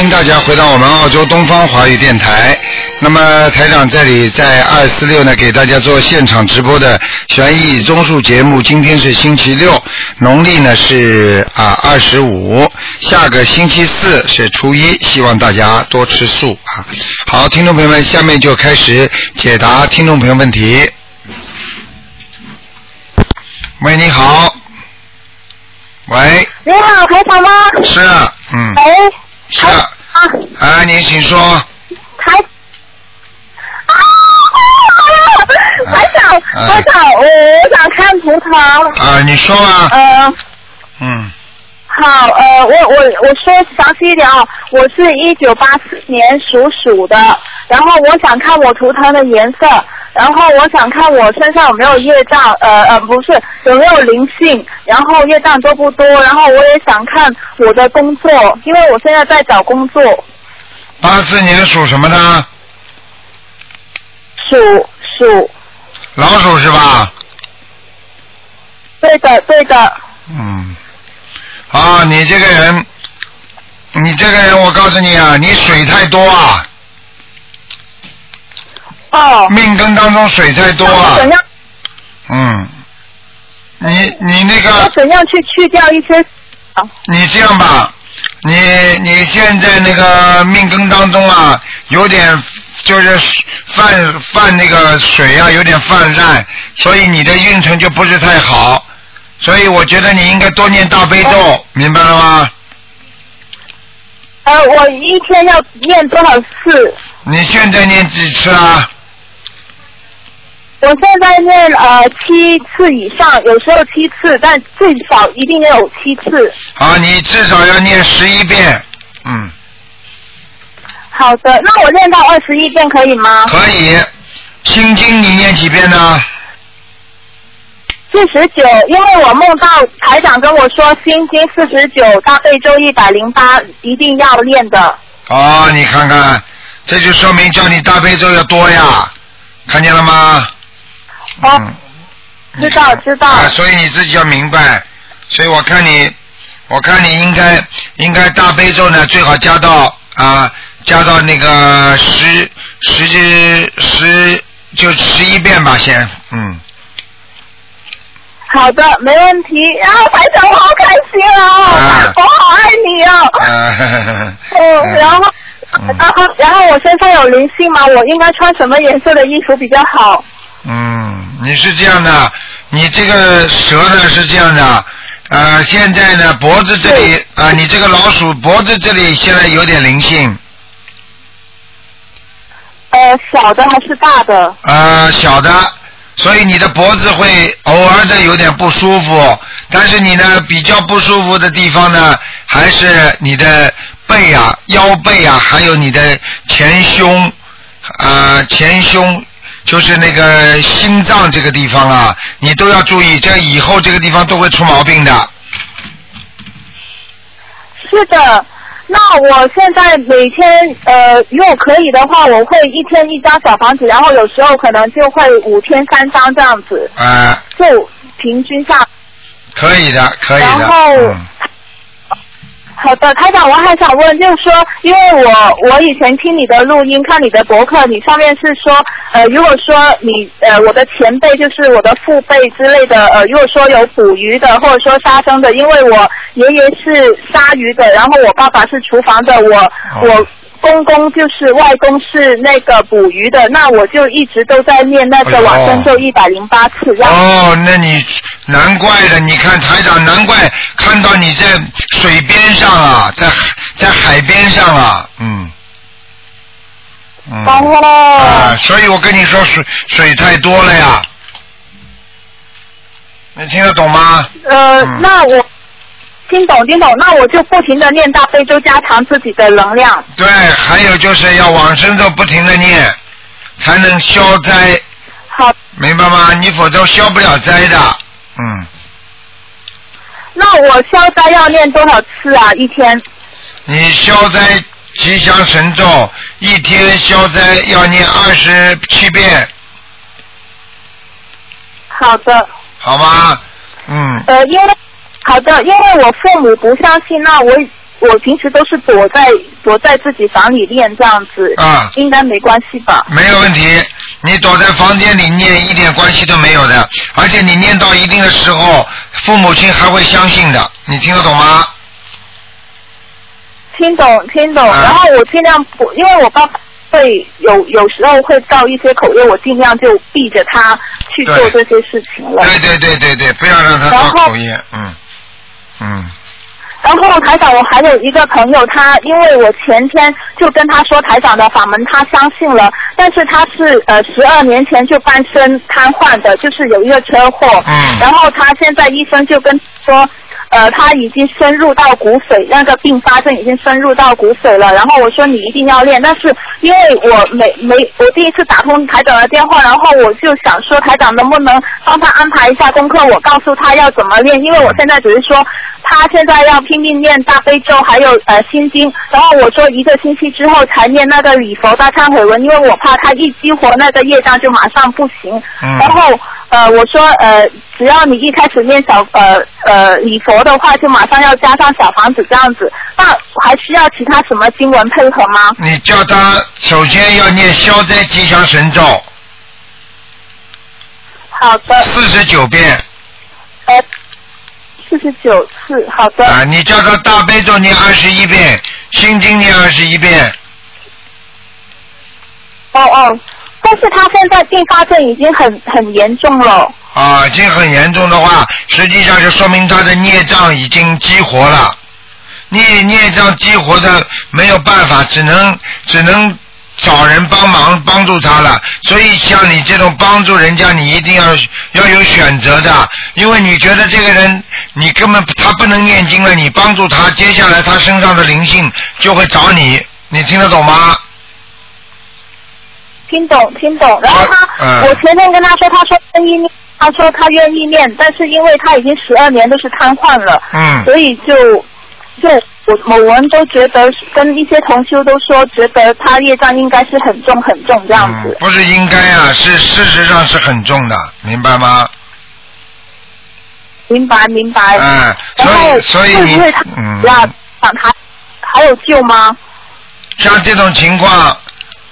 迎大家回到我们澳洲东方华语电台。那么台长这里在二四六呢，给大家做现场直播的悬疑综述节目。今天是星期六，农历呢是啊二十五，下个星期四是初一，希望大家多吃素啊。好，听众朋友们，下面就开始解答听众朋友问题。喂，你好。喂，你好，台长吗？是啊，嗯，喂，是啊，啊，啊，您请说，台啊，台长，哎台长，我我想看图腾，啊，你说啊，呃，嗯，好，呃，我我我说详细一点啊，我是一九八四年属鼠的，然后我想看我图腾的颜色，然后我想看我身上有没有业障，呃呃，不是有没有灵性，然后业障多不多，然后我也想看我的工作，因为我现在在找工作，八四年属什么的？属属。老鼠是吧？对的，对的，嗯，啊，你这个人，你这个人，我告诉你啊，你水太多啊，哦。命根当中水太多那啊我，怎样？嗯，你你那我个，怎样去去掉一些？啊你这样吧，你你现在那个命根当中啊，有点就是泛泛那个水啊，有点泛滥，所以你的运程就不是太好。所以我觉得你应该多念大悲咒，明白了吗？呃，我一天要念多少次？你现在念几次啊？我现在念呃七次以上，有时候七次，但最少一定要有七次。啊，你至少要念十一遍，嗯，好的，那我念到二十一遍可以吗？可以。心经你念几遍呢？四十九，因为我梦到台长跟我说心经四十九，大悲咒一百零八，一定要念的。哦，你看看，这就说明叫你大悲咒要多呀，看见了吗？哦嗯，知道知道啊，所以你自己要明白，所以我看你，我看你应该应该大悲咒呢，最好加到啊，加到那个十十十就十一遍吧，先，嗯，好的，没问题。然后台长，我好开心哦，啊我好爱你哦。啊，哦，然后，嗯然后，然后我身上有灵性吗？我应该穿什么颜色的衣服比较好？嗯，你是这样的，你这个蛇呢是这样的，呃，现在呢脖子这里啊、你这个老鼠脖子这里现在有点灵性，呃，小的还是大的？呃，小的，所以你的脖子会偶尔的有点不舒服，但是你呢比较不舒服的地方呢，还是你的背啊、腰背啊，还有你的前胸，呃，前胸。就是那个心脏这个地方啊，你都要注意，这以后这个地方都会出毛病的。是的。那我现在每天，呃，如果可以的话，我会一天一张小房子，然后有时候可能就会五天三张这样子，呃，就平均下。可以的，可以的。然后嗯、好的，台长，我还想问，就是说，因为我我以前听你的录音，看你的博客，你上面是说，呃，如果说你呃我的前辈就是我的父辈之类的，呃，如果说有捕鱼的或者说杀生的，因为我爷爷是杀鱼的，然后我爸爸是厨房的，我、哦我。公公就是外公是那个捕鱼的，那我就一直都在念那个哎呦往生咒一百零八次，然后哦，那你难怪的，你看台长，难怪看到你在水边上啊，在海在海边上啊，嗯，嗯，啊，哦，所以我跟你说，水水太多了呀，你听得懂吗？呃嗯，那我听懂听懂，那我就不停的念大悲咒，加强自己的能量。对，还有就是要往生咒不停的念，才能消灾，好，明白吗？你否则消不了灾的，嗯。那我消灾要念多少次啊？一天？你消灾吉祥神咒，一天消灾要念二十七遍，好的，好吗？嗯，呃，因为好的，因为我父母不相信，那我我平时都是躲在躲在自己房里练这样子，啊应该没关系吧？没有问题。你躲在房间里念，一点关系都没有的。而且你念到一定的时候，父母亲还会相信的。你听得懂吗？听懂听懂，啊然后我尽量不，因为我爸爸会有有时候会造一些口业，我尽量就避着他去做这对些事情了。对对对对对，不要让他造然后口业。嗯嗯，然后台长，我还有一个朋友，他因为我前天就跟他说台长的法门，他相信了，但是他是呃十二年前就半身瘫痪的，就是有一个车祸，嗯然后他现在医生就跟说。呃，他已经深入到骨髓，那个并发症已经深入到骨髓了。然后我说你一定要练，但是因为我没没我第一次打通台长的电话，然后我就想说台长能不能帮他安排一下功课，我告诉他要怎么练，因为我现在只是说他现在要拼命念大悲咒，还有呃心经，然后我说一个星期之后才念那个礼佛大忏悔文，因为我怕他一激活那个业障就马上不行。嗯然后呃我说呃只要你一开始念小呃呃礼佛的话，就马上要加上小房子这样子，那还需要其他什么经文配合吗？你叫他首先要念消灾吉祥神咒好的，四十九遍呃四十九次，好的，啊，你叫他大悲咒念二十一遍，心经念二十一遍。哦哦。但是他现在并发症已经很很严重了。啊，已经很严重的话，实际上就说明他的孽障已经激活了。孽孽障激活的没有办法，只能只能找人帮忙帮助他了。所以像你这种帮助人家，你一定要要有选择的，因为你觉得这个人你根本他不能念经了，你帮助他，接下来他身上的灵性就会找你，你听得懂吗？听懂听懂。然后他，嗯我前天跟他说，他说愿意念，他说他愿意念，但是因为他已经十二年都是瘫痪了，嗯。所以就就我我们都觉得跟一些同修都说，觉得他业障应该是很重很重这样嗯子。，不是应该啊，是事实上是很重的，明白吗？明白明白。哎，然后所以所以会你不会他嗯只，要想他还有救吗？像这种情况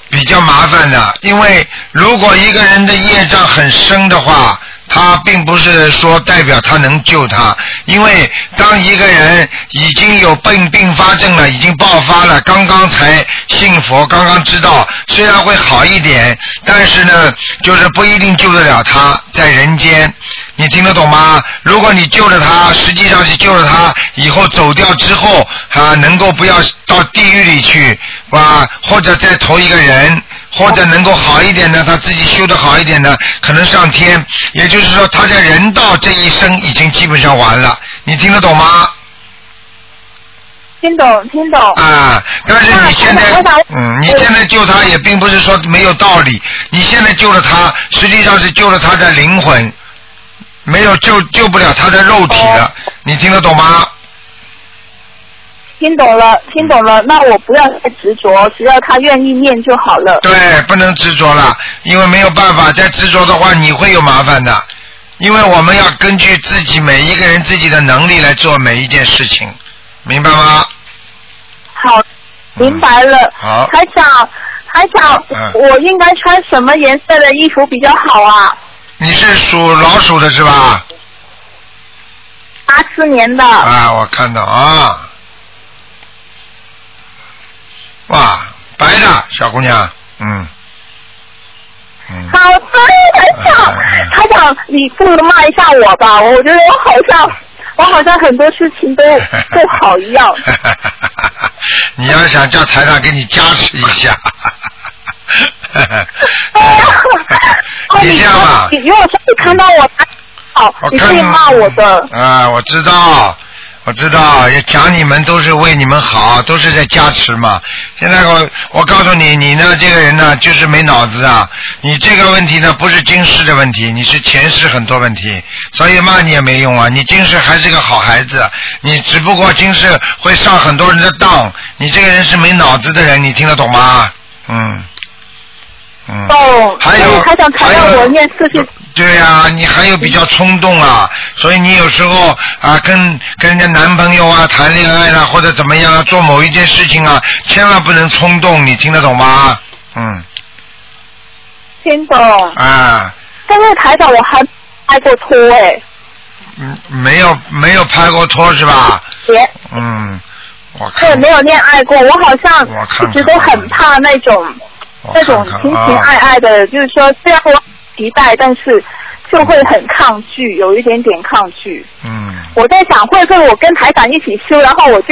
比较麻烦的，因为如果一个人的业障很深的话，他并不是说代表他能救他，因为当一个人已经有病并发症了，已经爆发了，刚刚才信佛，刚刚知道，虽然会好一点，但是呢，就是不一定救得了他在人间。你听得懂吗？如果你救了他，实际上是救了他以后走掉之后啊，能够不要到地狱里去啊，或者再投一个人，或者能够好一点的，他自己修的好一点的，可能上天。也就是说，他在人道这一生已经基本上完了。你听得懂吗？听懂听懂。啊，但是你现那在我想，嗯，你现在救他也并不是说没有道理，你现在救了他，实际上是救了他的灵魂，没有救救不了他的肉体了，哦你听得懂吗？听懂了，听懂了。那我不要太执着，只要他愿意念就好了。对，不能执着了，因为没有办法，再执着的话你会有麻烦的，因为我们要根据自己每一个人自己的能力来做每一件事情，明白吗？好，嗯明白了。好台长，台长，嗯我应该穿什么颜色的衣服比较好啊？你是属老鼠的是吧？八四年的，啊，我看到啊，哇，白的小姑娘，嗯，嗯，好哎的，台长嗯嗯嗯，台长，你不如骂一下我吧，我觉得我好像，我好像很多事 情都不好一样。你要想叫台长给你加持一下，哎 哦你这样吧，你如果说你看到我，好，我哦你看可以骂我的。啊，我知道，我知道，也讲你们都是为你们好，都是在加持嘛。现在我我告诉你，你呢这个人呢就是没脑子啊。你这个问题呢不是今世的问题，你是前世很多问题，所以骂你也没用啊。你今世还是个好孩子，你只不过今世会上很多人的当。你这个人是没脑子的人，你听得懂吗？嗯。嗯。哦，还有台长，台还让有我念四十对呀、你还有比较冲动啊，所以你有时候啊，跟跟人家男朋友啊谈恋爱啦、或者怎么样啊，做某一件事情啊，千万不能冲动，你听得懂吗？嗯，听懂。啊，哦但是台长我还拍过拖哎，嗯，没有没有拍过拖是吧？也嗯，我对看没有恋爱过，我好像我看看一直都很怕那种我那看种看情情啊爱爱的，就是说虽然我期待，但是就会很抗拒，有一点点抗拒。嗯，我在想，会不会我跟台长一起修，然后我就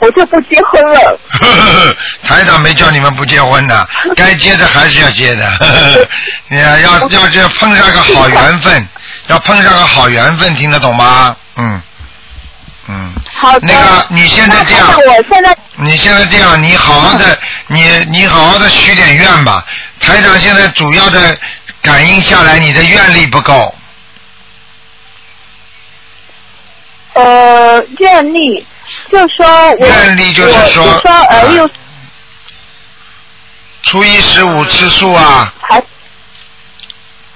我就不结婚了？ 台长没叫你们不结婚的， 该结的还是要结的。 呵呵你要要要是碰上个好缘 分，要碰上个好缘分，听得懂吗？嗯，嗯，好的。那个你现在这样那台长我现在你现在这样，你好好 的，你你好好的许点愿吧。台长现在主要的感应下来，你的愿力不够，呃愿力，就说我愿力就是说说我说啊呃又初一十五吃素啊，还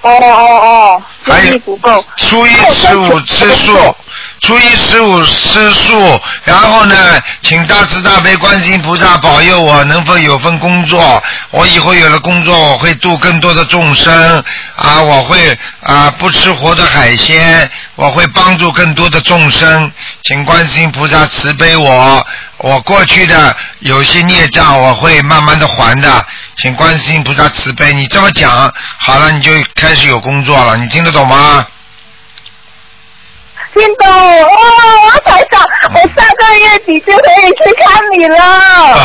哦哦哦，还有愿力不够。初一十五吃素，初一十五吃素，然后呢，请大慈大悲观世音菩萨保佑我能否有份工作。我以后有了工作，我会度更多的众生啊，我会啊不吃活的海鲜，我会帮助更多的众生。请观世音菩萨慈悲我，我过去的有些孽障我会慢慢的还的。请观世音菩萨慈悲，你这么讲好了，你就开始有工作了，你听得懂吗？听懂哦，台长，嗯我下个月底就可以去看你了。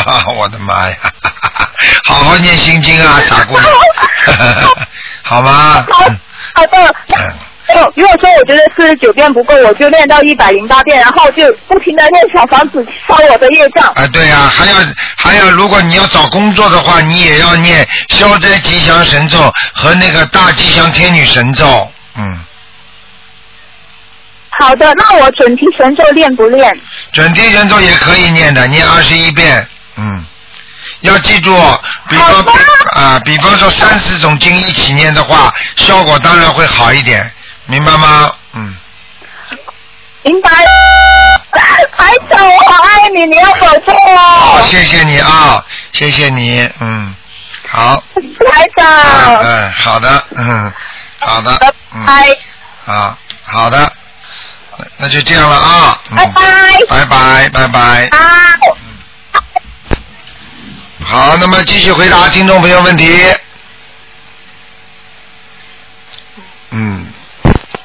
哈 哈，我的妈呀！好好念心经 啊，傻姑娘， 好吗？好嗯好的。嗯哦，如果说我觉得四十九遍不够，我就练到一百零八遍，然后就不停的练小房子烧我的业障。啊，对呀、还要还要，如果你要找工作的话，你也要念消灾吉祥神咒和那个大吉祥天女神咒。嗯，好的，那我准提神咒练不练？准提神咒也可以念的，念二十一遍。嗯，要记住，比好方吧啊，比方说三四种经一起念的话，效果当然会好一点，明白吗？嗯。明白？台长，我好爱你，你要保重好，哦。谢谢你啊，谢谢你，嗯，好，台嗯长，嗯，好的，嗯，好的拜，嗯，拜，好，好的，那那就这样了啊，嗯拜拜。拜拜，拜拜，啊！嗯好，那么继续回答听众朋友问题。嗯，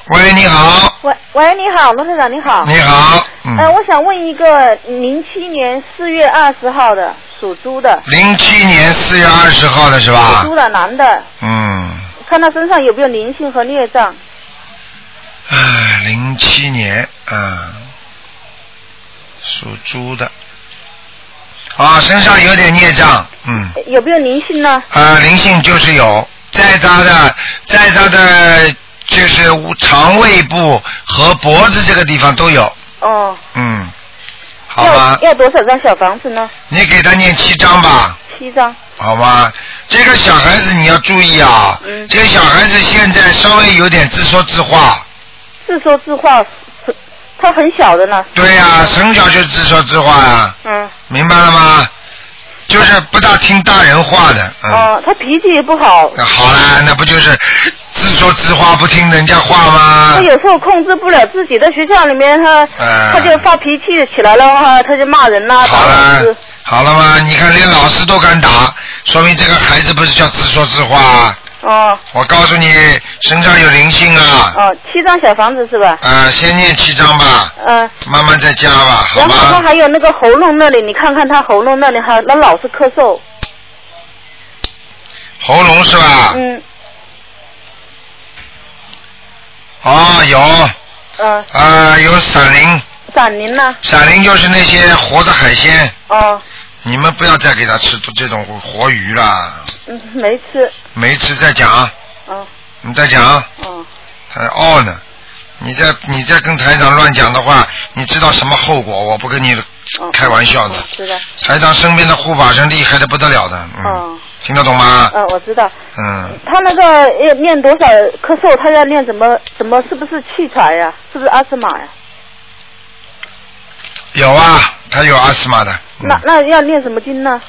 喂，你好，喂喂，你好，罗社长你好。你好，呃，嗯，我想问一个零七年四月二十号的属猪的，零七年四月二十号的是吧属？猪的男的，嗯，看他身上有没有灵性和孽障。唉，哎零七年，嗯，属猪的，啊，身上有点孽障，嗯，呃有没有灵性呢？啊，灵性就是有，在他的，在他的就是肠胃部和脖子这个地方都有，哦，嗯，好吗要？要多少张小房子呢？你给他念七章吧，七张。好吗？这个小孩子你要注意啊，嗯这个小孩子现在稍微有点自说自话，自说自话，是他很小的呢。对呀、从小就自说自话啊。嗯。明白了吗？就是不大听大人话的，嗯，哦，他脾气也不好，那好啦，那不就是自说自话，不听人家话他吗？有时候控制不了自己，在学校里面他、嗯他就发脾气起来了，哈，他就骂人啦、好打啊老啦师。，好了吗？你看，连老师都敢打，说明这个孩子不是叫自说自话啊。哦我告诉你，身上有灵性啊！哦，七张小房子是吧？啊，先念七章吧，嗯、慢慢再加吧，好然后他吗？还有那个喉咙那里，你看看他喉咙那里还那老是咳嗽，喉咙是吧？嗯哦，有啊、呃，有闪灵，闪灵呢？闪灵就是那些活的海鲜，哦，你们不要再给他吃这种活鱼啦。嗯，没吃，没吃再讲，哦你再讲，哦还傲呢。你再你再跟台长乱讲的话，你知道什么后果？我不跟你嗯开玩笑的嗯知道。台长身边的护法神厉害的不得了的，嗯哦，听得懂吗？嗯，我知道。嗯，他那个要念多少咳嗽，他要念怎么怎么是不是气喘呀？是不是阿斯玛呀？有啊，他有阿斯玛的。嗯那那要念什么经啊呢？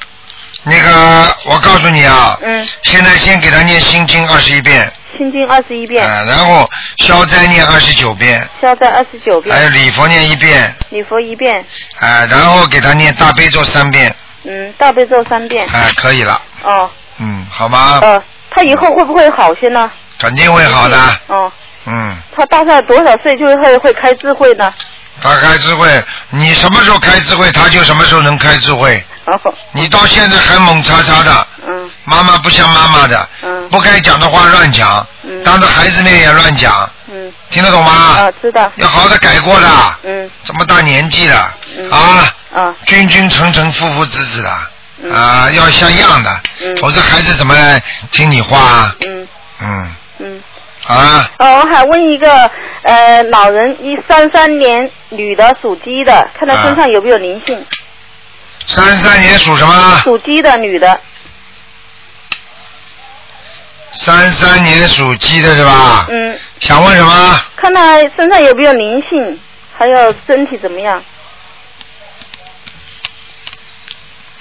那个，我告诉你啊，嗯，现在先给他念心经二十一遍，心经二十一遍，啊，然后消灾念二十九遍，消灾二十九还有遍，礼佛念一遍，礼佛一遍，啊，然后给他念大悲咒三遍，嗯，大悲咒三遍。啊，可以了，哦，嗯，好吗？呃，他以后会不会好些呢？肯定会好的，哦，嗯，他大概多少岁就会会开智慧呢？他开智慧，你什么时候开智慧，他就什么时候能开智慧。哦，你到现在还猛叉叉的，嗯妈妈不像妈妈的，嗯不该讲的话乱讲，嗯当着孩子面也乱讲，嗯，听得懂吗啊，？知道，要好好的改过的，嗯这么大年纪了嗯啊，啊君君臣臣父父子子的嗯啊，要像样的，嗯否则孩子怎么来听你话啊？嗯嗯，嗯。好啊，哦，我还问一个，呃，老人一三三年女的属鸡的，看她身上有没有灵性？三三年属什么？属鸡的女的，三三年属鸡的是吧？嗯，想问什么？看她身上有没有灵性，还有身体怎么样？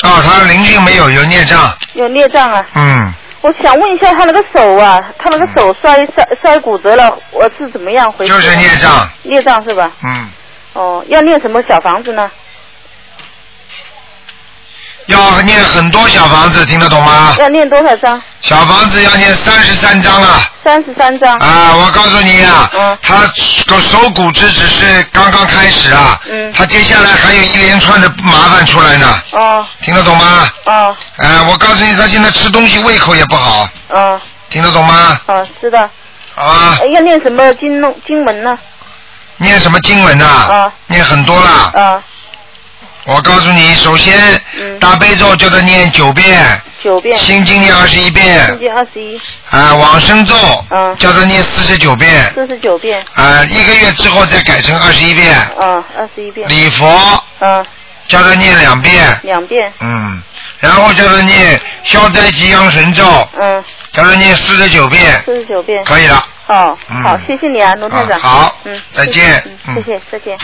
哦，他灵性没有，有孽障。有孽障啊？嗯，我想问一下她那个手啊，她那个手摔摔摔骨折了，我是怎么样回事？啊就是孽障。孽障是吧？嗯，哦，要念什么小房子呢？要念很多小房子，听得懂吗？要念多少张？小房子要念三十三章啊！三十三张。啊，我告诉你啊嗯，他手手骨折只是刚刚开始啊，嗯他接下来还有一连串的麻烦出来呢，哦听得懂吗？哦哎，我告诉你，他现在吃东西胃口也不好，哦听得懂吗？哦，知道。啊呃，要念什么经弄经文呢？念什么经文呐、嗯念很多啦。啊，我告诉你，首先嗯大悲咒就得念九遍，九遍，心经念二十一心遍，经二十一，啊，往生咒嗯叫他念四十九遍，四十九遍，啊，一个月之后再改成二十一遍。啊，二十一遍，礼佛啊，叫他念两遍，两遍，嗯，然后叫他念消灾吉祥神咒，嗯，叫他念四十九遍，四十九遍。可以了。哦，嗯好，谢谢你啊，卢探长。啊好嗯，再谢谢见嗯，谢谢，再见。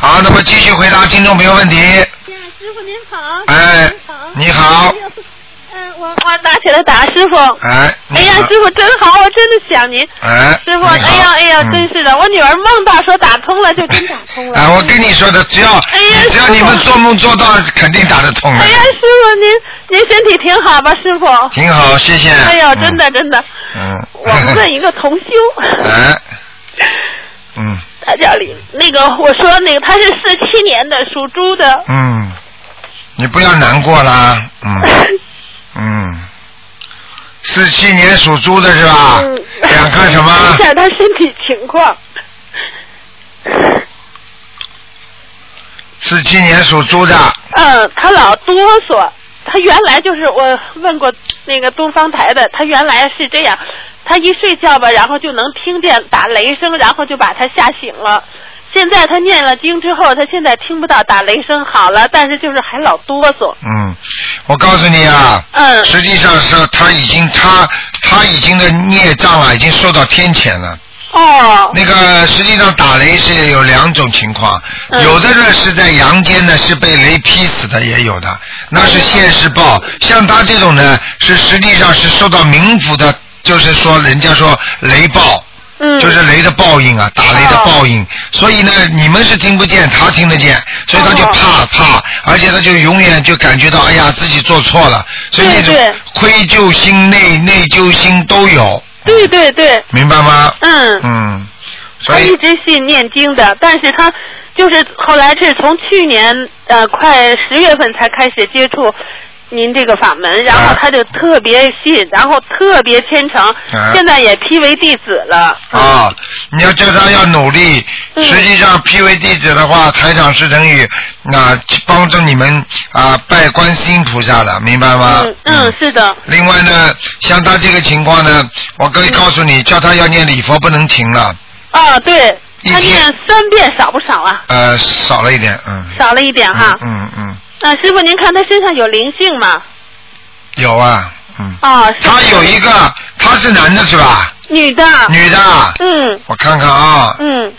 好，那么继续回答听众朋友问题。先生，师傅您好。哎您好，你好，嗯，我我打起来打师傅。哎，你哎呀好，师傅真好，我真的想您，哎，师傅，你好哎呀哎呀，嗯真是的，我女儿梦到说打通了，就真打通了。啊，我跟你说的，只要哎呀只要你们做梦做到，肯定打得通的哎，呀，师傅您您身体挺好吧，师傅？挺好，谢谢。哎呦，嗯真的，真的，嗯，我们问一个同修， 哎，嗯他叫李，那个我说那个他是四七年的，属猪的。嗯，你不要难过啦，嗯嗯，四七年属猪的是吧？嗯想看啊什么 看一？下他身体情况。四七年属猪的，嗯，他老哆嗦。他原来就是我问过那个东方台的，他原来是这样，他一睡觉吧，然后就能听见打雷声，然后就把他吓醒了。现在他念了经之后，他现在听不到打雷声好了，但是就是还老哆嗦。嗯，我告诉你啊，嗯，实际上是他已经他他已经的孽障啊，已经受到天谴了。哦，那个实际上打雷是有两种情况，嗯有的人是在阳间呢是被雷劈死的，也有的，那是现世报。像他这种呢，是实际上是受到冥府的，就是说人家说雷暴，嗯，哦就是雷的报应啊，打雷的报应。所以呢，你们是听不见，他听得见，所以他就哦怕怕，而且他就永远就感觉到哎呀自己做错了，所以那种对对愧疚心、内内疚心都有，对对对，明白吗？嗯，嗯，所他以一直信念经的，但是他就是后来是从去年呃快十月份才开始接触您这个法门，然后他就特别信，然后特别虔诚，啊现在也批为弟子了。啊，你要叫他要努力。嗯实际上，P V 弟子的话，台长是等于那、帮助你们啊拜观世音菩萨的，明白吗？嗯嗯，是的，另外呢，像嗯他这个情况呢，我可以告诉你，叫他要念礼佛不能停了。啊对，一他念天三遍少不少啊？呃少了一点，嗯。少了一点哈。嗯嗯嗯，那、师傅您看他身上有灵性吗？有啊，嗯。哦，是他有一个，他是男的是吧？女的。女的啊，嗯我看看啊，嗯，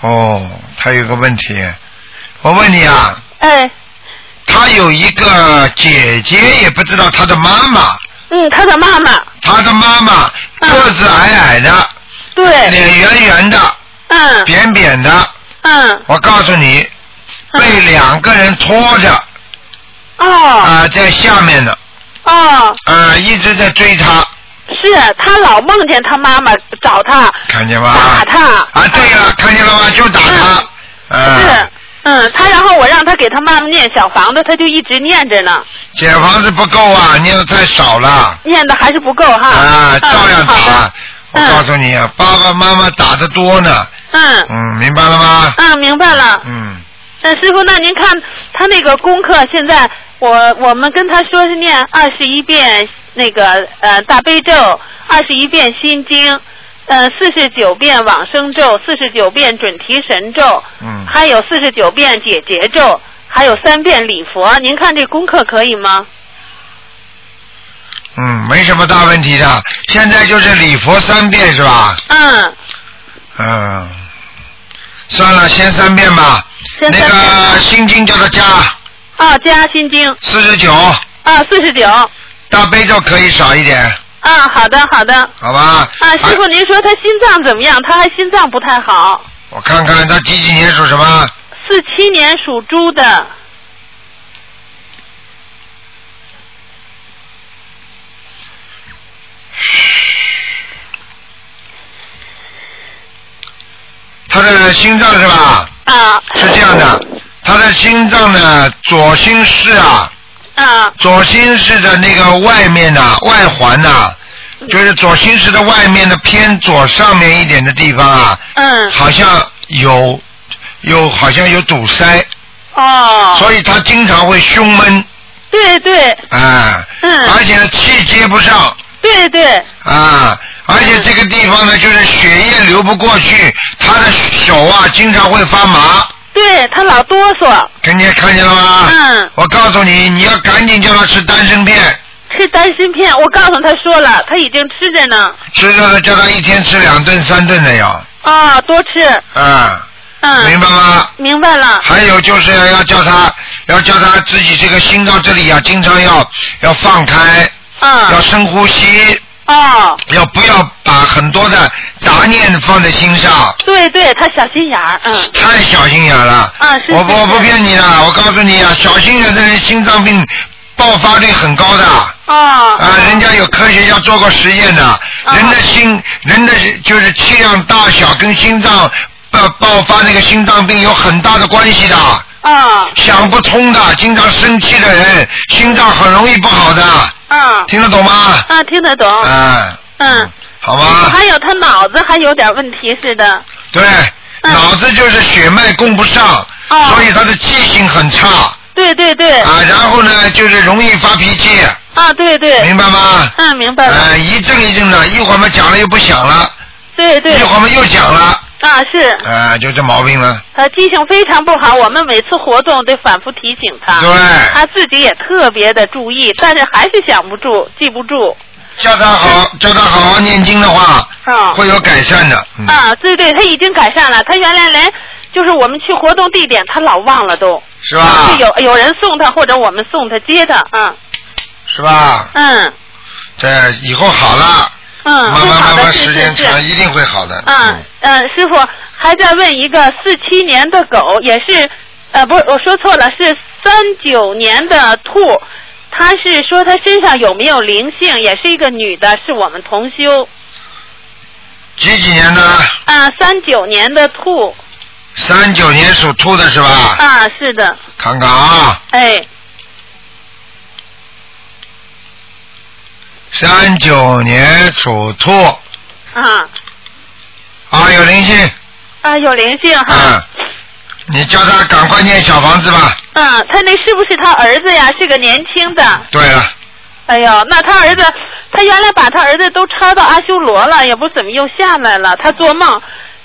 哦，他有个问题，我问你啊，哎，他有一个姐姐，也不知道他的妈妈，嗯，他的妈妈，他的妈妈嗯个子矮矮的，对，脸圆圆的，嗯扁扁的，嗯，我告诉你，嗯被两个人拖着哦啊、在下面呢，哦，啊、一直在追他，是他老梦见他妈妈找他，看见吗？打他嗯啊，对了，看见了吗？就打他，啊、是，嗯，他然后我让他给他妈妈念小房子，他就一直念着呢，解房子不够啊，念的太少了。念的还是不够哈。啊，啊嗯照样好的打。我告诉你啊，爸爸妈妈打的多呢。嗯嗯，明白了吗？嗯，明白了。嗯，那师傅，那您看他那个功课，现在我我们跟他说是念二十一遍那个呃大悲咒，二十一遍心经，呃四十九遍往生咒，四十九遍准提神咒，嗯还有四十九遍解结咒，还有三遍礼佛。您看这功课可以吗？嗯，没什么大问题的。现在就是礼佛三遍是吧？嗯，嗯，算了，先三遍吧。先那三遍个心经叫他加啊，加心经四十九，啊，四十九啊，大悲咒可以少一点，好的好的好吧？哎啊，师傅您说他心脏怎么样？他还心脏不太好，我看看他几几年属什么？四七年属猪的。他的心脏是吧？啊是这样的，他的心脏呢，左心室啊，啊左心室的那个外面呐、外环呐、嗯就是左心室的外面的偏左上面一点的地方啊，嗯好像有有好像有堵塞，哦，所以他经常会胸闷对对啊，嗯而且呢气接不上对对啊，而且这个地方呢就是血液流不过去，他的手啊经常会发麻，对，他老哆嗦，看见看见了吗？嗯，我告诉你，你要赶紧叫他吃丹参片，吃丹参片，我告诉他说了，他已经吃着呢。吃了呢叫他一天吃两顿三顿的要。啊，多吃，啊，嗯，明白吗？明白了，还有就是要叫他，要叫他自己这个心脏这里啊，经常要要放开，要嗯，深呼吸，哦，要不要把很多的杂念放在心上？对对，他小心眼儿，嗯，太小心眼了。啊是我是不我是不骗你了，我告诉你啊，小心眼的人心脏病爆发率很高的。哦，啊，人家有科学家做过实验的，人的心，人的就是气量大小跟心脏爆爆发那个心脏病有很大的关系的。啊想不通的，经常生气的人，心脏很容易不好的，啊听得懂吗？啊，听得懂，啊，嗯，好吗？还有他脑子还有点问题似的，对，嗯脑子就是血脉供不上，哦所以他的记性很差对对对，啊，然后呢就是容易发脾气，啊对对，明白吗？嗯，明白了，啊，一阵一阵的，一会儿嘛讲了又不想了，对对一，会儿嘛又讲了。啊是。啊，就这毛病了。他记性非常不好，我们每次活动得反复提醒他。对，他自己也特别的注意，但是还是想不住，记不住。叫他好，叫他好好念经的话，啊、会有改善的。嗯，啊，对对，他已经改善了。他原来连就是我们去活动地点，他老忘了都。是吧是？有有人送他，或者我们送他接他。嗯是吧？嗯这以后好了，嗯，慢会慢好慢的，慢，是时是间是。长一定会好的。嗯嗯，师傅还在问一个四七年的狗，也是呃，不是我说错了，是三九年的兔。他是说他身上有没有灵性，也是一个女的，是我们同修。几几年的？啊，三九年的兔三九年属兔的是吧？啊，是的，看看啊，哎，三九年属兔，啊啊，有灵性。啊，有灵性嗯哈，，你叫他赶快念小房子吧。啊嗯，他那是不是他儿子呀？是个年轻的，对了，哎呦，那他儿子，他原来把他儿子都抄到阿修罗了，也不怎么又下来了。他做梦，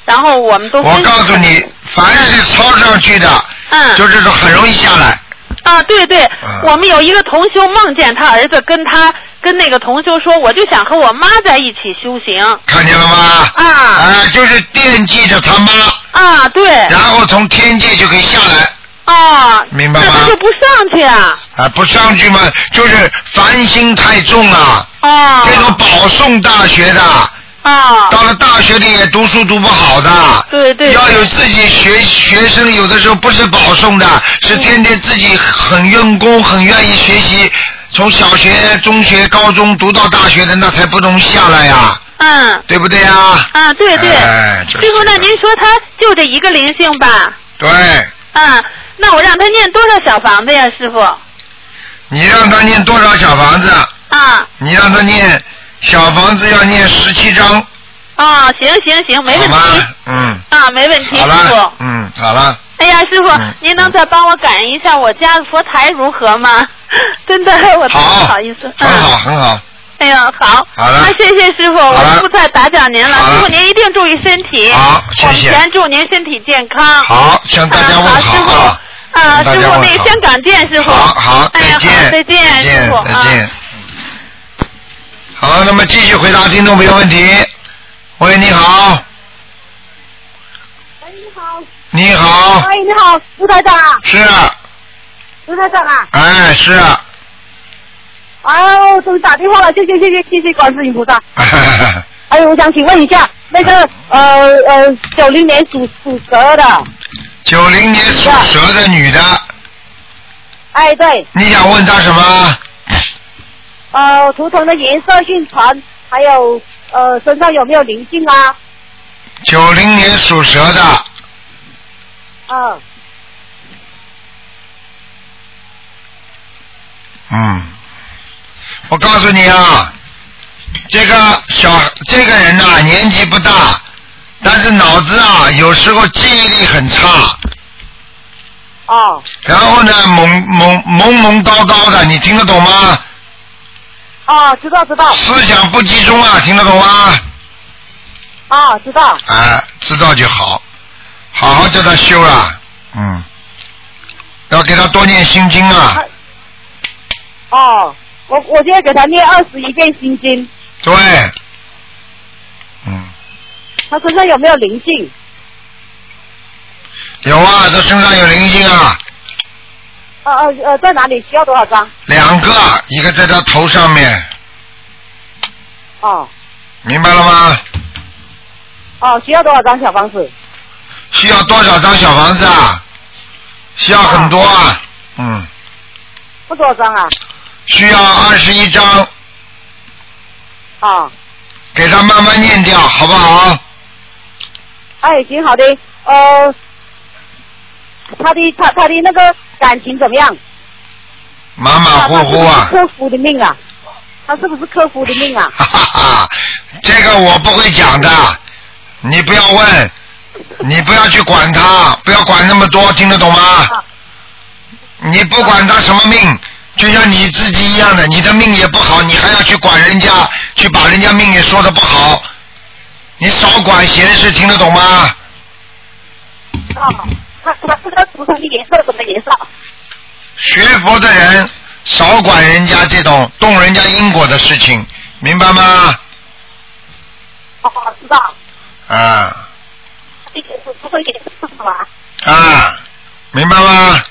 然后我们都分我告诉你，凡是抄上去的，嗯，就是说很容易下来。啊，对对，嗯我们有一个同修梦见他儿子跟他跟那个同修说，我就想和我妈在一起修行看见了吗？啊啊，就是惦记着他妈，啊，对然后从天界就可以下来啊，明白吗那他就不上去啊，啊，不上去嘛，就是烦心太重了。啊这种保送大学的，啊，到了大学里也读书读不好的。对对要有自己学学生，有的时候不是保送嗯的，是天天自己很用功，很愿意学习，从小学、中学、高中读到大学的，那才不容易下来呀、嗯对不对呀、啊，对对，哎就是师傅，那您说他就这一个灵性吧？对，啊，那我让他念多少小房子呀，师傅？你让他念多少小房子？啊你让他念小房子要念十七章，啊，行行行，没好问吗题？嗯，啊，没问题，好师了傅，。嗯，好了。哎呀，师傅，嗯您能再帮我感应一下我家的佛台如何吗？ 真的，我真好，不好意思。很好，很好。嗯、哎呀，好。好了那谢谢师傅，好了我不再打搅您了。好了师傅，您一定注意身体。好谢谢我们全祝您身体健康。好，向大家问啊好，师傅。啊。啊，向大师家傅，问那好香港见，师傅。好好，哎再呀，好，见，再见，再师见傅，再啊见。好，那么继续回答听众朋友问题。喂，你好。喂，你好。你好。喂，哎你好，吴台长啊，是啊，吴台长啊，哎，是啊， 哎呦，终于打电话了，谢谢谢谢谢谢观世音菩萨。哎呦，我想请问一下，那个呃呃，九零年属属蛇的，九零年属蛇的女的，哎对，你想问她什么？呃，图腾的颜色、运程，还有呃身上有没有灵性啊？九零年属蛇的，嗯、嗯，我告诉你啊，这个小这个人呐、年纪不大，但是脑子啊有时候记忆力很差，哦然后呢懵懵懵懵叨叨的，你听得懂吗？哦，知道知道，思想不集中啊，听得懂吗？哦知道，啊，知道就好，好好叫他修啦，嗯，要给他多念心经啊，哦，我我现在给他念二十一遍心经，对，嗯。他身上有没有灵性？有啊，这身上有灵性啊，呃呃呃，在哪里？需要多少张？两个，一个在他头上面，哦明白了吗？哦，需要多少张小房子？需要多少张小房子啊？需要很多啊，嗯，不多少张啊？需要二十一张，啊、给他慢慢念掉，好不好？哎，行，好的，呃，他的他他的那个感情怎么样？马马虎虎他啊是，不是克夫的命啊，他是不是克夫的命啊？哈哈哈，这个我不会讲的，你不要问，你不要去管他，不要管那么多，听得懂吗？你不管他什么命，就像你自己一样的，你的命也不好，你还要去管人家，去把人家命也说的不好，你少管闲事，听得懂吗？啊，他他这个图腾的颜色什么颜色？学佛的人少管人家这种动人家因果的事情，明白吗？哦，知道，啊这个是不会颜色是什么啊？啊，明白吗？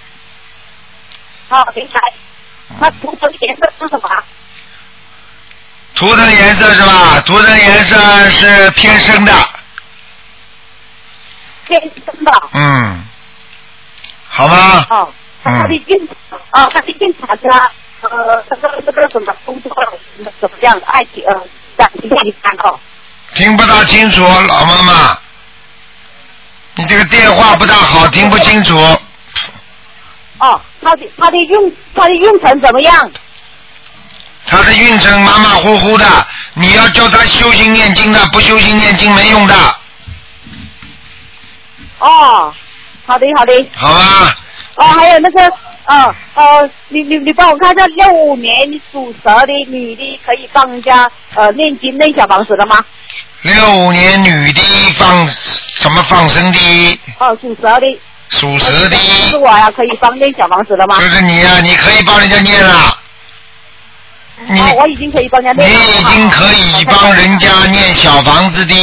哦，明白。嗯那图腾的颜色是什么啊？图腾颜色是吧？图腾颜色是偏深的，天生的。嗯，好吗？哦，嗯他的运，啊，他的运查家，呃，这个这个什么工作怎么样？爱情呃，感情怎么样？哦。听不大清楚，老妈妈，你这个电话不大好，听不清楚。哦，他的他的用他的用程怎么样？他的运程马马虎虎的，你要叫他修心念经的，不修心念经没用的，哦，好的好的。好吧？哦，还有那个嗯，呃，你你你帮我看一下，六五年属蛇的女的可以帮人家呃念经念小房子了吗？六五年女的放什么放生的，哦，属蛇的。呃属蛇的，是我呀、可以帮念小房子了吗？就是你呀、你可以帮人家念了，你哦，我已经可以帮人家你念了。已经可以帮人家念小房子的。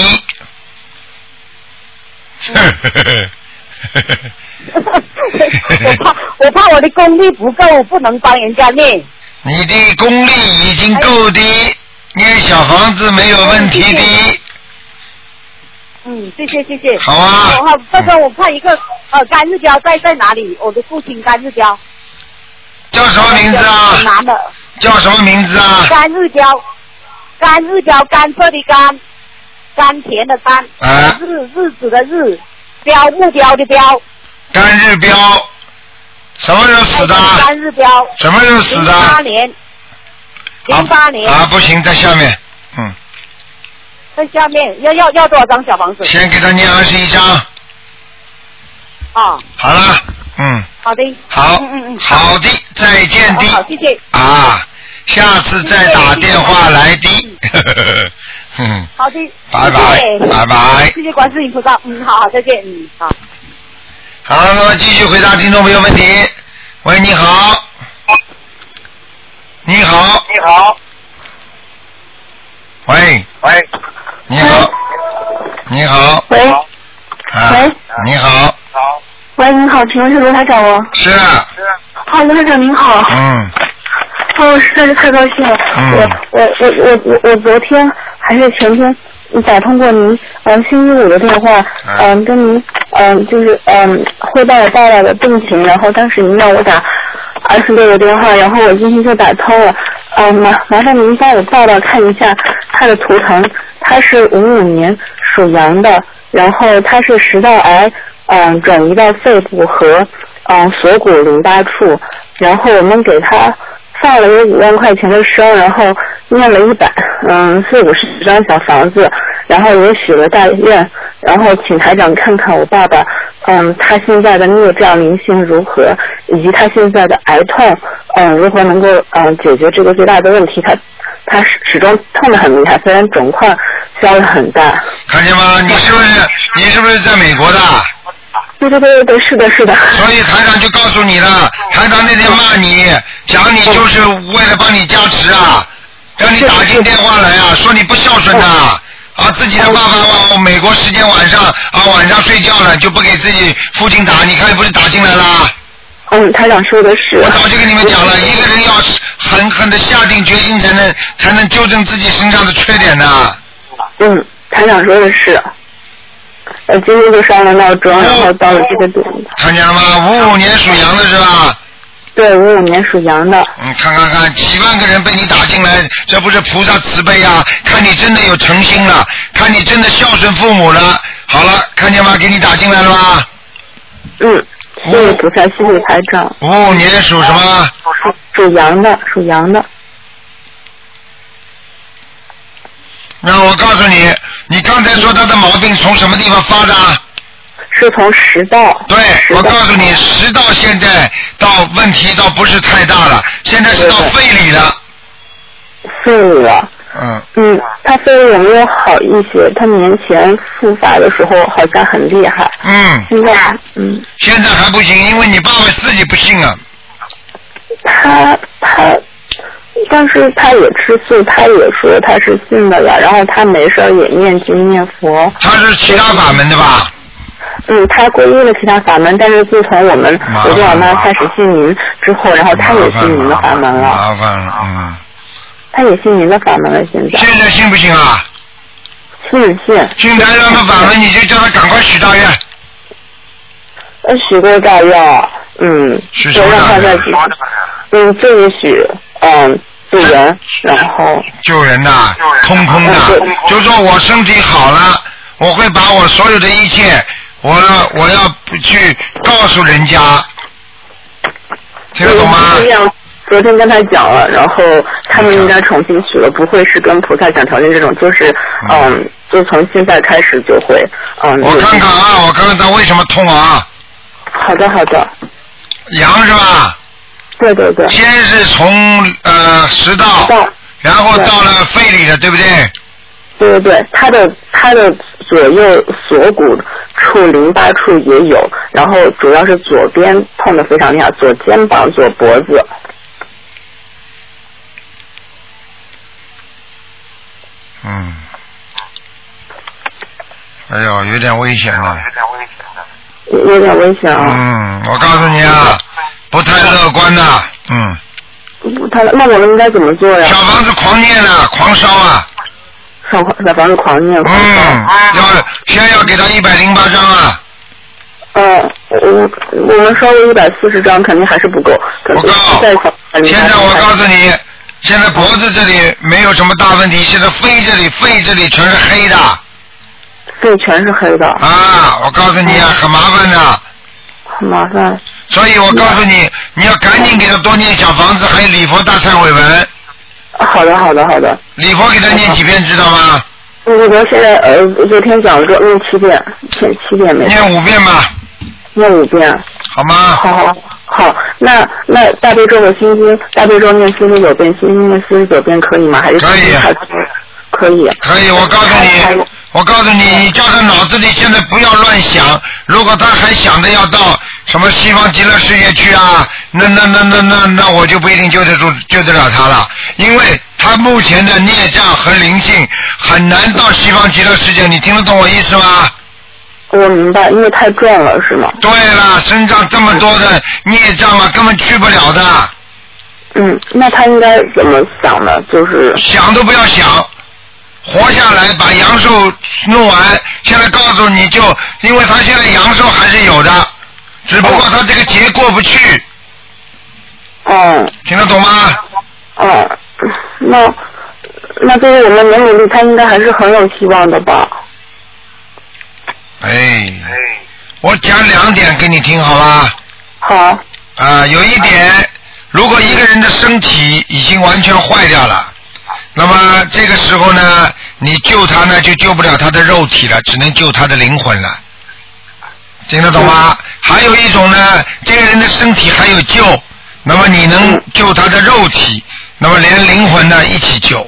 我怕我怕我的功力不够，不能帮人家念。你的功力已经够的，念小房子没有问题的。嗯，谢谢谢谢。好啊我看，这个我看一个呃甘日标在在哪里？我的父亲甘日标。叫什么名字啊？男的。叫什么名字啊？甘日标，甘日标，甘蔗的甘，甘甜的甘，啊，日日子的日，标目标的标，甘日标，什么时候死的？啊甘日标。什么时候死的？零八年，啊零八年、啊，不行，在下面，嗯，在下面要要要多少张小房子？先给他念二十一章，啊，好了，嗯，好的。好嗯嗯嗯，好的，再见好好，的谢谢。啊，下次再打电话来的， 嗯，好的，拜拜谢谢拜拜谢谢观世音菩萨，嗯，好好，再见，嗯，好。好，那么继续回答听众朋友问题。喂，你好，你好，你好，喂，喂，你好，你好，喂啊喂，你好，好，喂，你好，请问是罗台长吗？是，啊，罗台长您好，嗯，哦，实在是太高兴了。嗯我我我我我我昨天还是前天打通过您，嗯、星期五的电话，嗯嗯、跟您嗯、就是嗯、汇报了爸爸的病情，然后当时您让我打二十六个电话，然后我今天就打通了。嗯、麻麻烦您帮我爸爸看一下他的图腾，他是五五年属羊的，然后他是食道癌，嗯、转移到肺部和嗯、锁骨淋巴处，然后我们给他放了有五万块钱的生，然后念了一百嗯四五十张小房子，然后也许了大愿，然后请台长看看我爸爸嗯他现在的孽障灵性如何，以及他现在的癌痛嗯如何能够嗯解决这个最大的问题，他他始始终痛得很厉害，虽然肿块消了很大。看见哦吗？你是不是你是不是在美国的？对对对对对，是的是的，哦所以台长就告诉你了，台长那天骂你，讲你就是为了帮你加持啊，让你打进电话来啊，说你不孝顺呐、哦啊。自己的爸爸往往美国时间晚上啊晚上睡觉了就不给自己父亲打，你看不是打进来啦？嗯台长说的是。我早就跟你们讲了，一个人要是狠狠的下定决心才能才能纠正自己身上的缺点呐、嗯，台长说的是。呃，今天就上了闹钟，然后到了这个点。看见了吗？五五年属羊的是吧？对，五五年属羊的。嗯，看看看，几万个人被你打进来，这不是菩萨慈悲啊！看你真的有诚心了，看你真的孝顺父母了。好了，看见吗？给你打进来了吧？嗯，谢谢菩萨，谢谢台长。五五年哦属什么？属属羊的，属羊的。那我告诉你，你刚才说他的毛病从什么地方发的？是从食道。对，食我道告诉你，食道现在倒问题倒不是太大了，现在是到肺里了。肺了。嗯，嗯，他肺有没有好一些？他年前复发的时候好像很厉害，嗯，现在嗯，现在还不行，因为你爸爸自己不信啊。他他，但是他也吃素，他也说他是信的了，然后他没事儿也念经念佛。他是其他法门的吧？嗯，他皈依了其他法门，但是自从我们麻烦我跟我妈了开始信您之后，哦然后他也信您的法门了，麻烦了，嗯。他也信您的法门了，现在现在信不信啊？信信，信台上的法门，你就叫他赶快许大愿。呃，许过大愿，嗯，许什就么让大他愿在哎嗯，自己许，嗯，助人，然后救人呐、空空的，就说我身体好了，我会把我所有的一切，我我要去告诉人家，听得懂吗嗯？这样昨天跟他讲了，然后他们应该重新许了，不会是跟菩萨讲条件这种，就是嗯嗯，就从现在开始就会嗯。我有看看啊，我看看他为什么痛啊？好的好的，羊是吧？对对对，先是从呃嗯食道，嗯然后到了肺里了，对不对？对对对，他的他的左右锁骨处、淋巴处也有，然后主要是左边痛的非常厉害，左肩膀、左脖子。嗯。哎呦，有点危险了。有有点危险啊！嗯，我告诉你啊，不太乐观的，嗯。不他那我们应该怎么做呀？小房子狂念啊，狂烧啊。小房小房子狂念。嗯，要先要给他一百零八张啊。嗯，我我们稍微一百四十张肯定还是不够。我告。再狂现在我告诉你，现在脖子这里没有什么大问题，现在肺这里、肺这里全是黑的。肺全是黑的。啊，我告诉你啊，很麻烦的、很麻烦。所以我告诉你，你要赶紧给他多念小房子，还有礼佛大忏悔文。好的，好的，好的。礼佛给他念几遍，知道吗？那个现在呃，昨天讲了之后念七遍，七七遍没。念五遍吧。念五遍。好吗？好好好，那那大悲咒和心经，大悲咒念四十九遍，心经念四十九遍可以吗？还是可以啊太可以。啊可以，我告诉你，我告诉你，你叫他脑子里现在不要乱想。如果他还想着要到什么西方极乐世界去啊，那那那那那那我就不一定救得住救得了他了，因为他目前的孽障和灵性很难到西方极乐世界。你听得懂我意思吗？我明白，因为太重了，是吗？对了，身上这么多的孽障啊，根本去不了的。嗯，那他应该怎么想呢？就是想都不要想，活下来把阳寿弄完。现在告诉你就，因为他现在阳寿还是有的，只不过他这个劫过不去，嗯听得懂吗？嗯，那那对于我们能努力，他应该还是很有希望的吧？哎，我讲两点给你听，好吧？好。啊，有一点，如果一个人的身体已经完全坏掉了，那么这个时候呢，你救他呢就救不了他的肉体了，只能救他的灵魂了，听得懂吗？还有一种呢，这个人的身体还有救，那么你能救他的肉体，那么连灵魂呢一起救。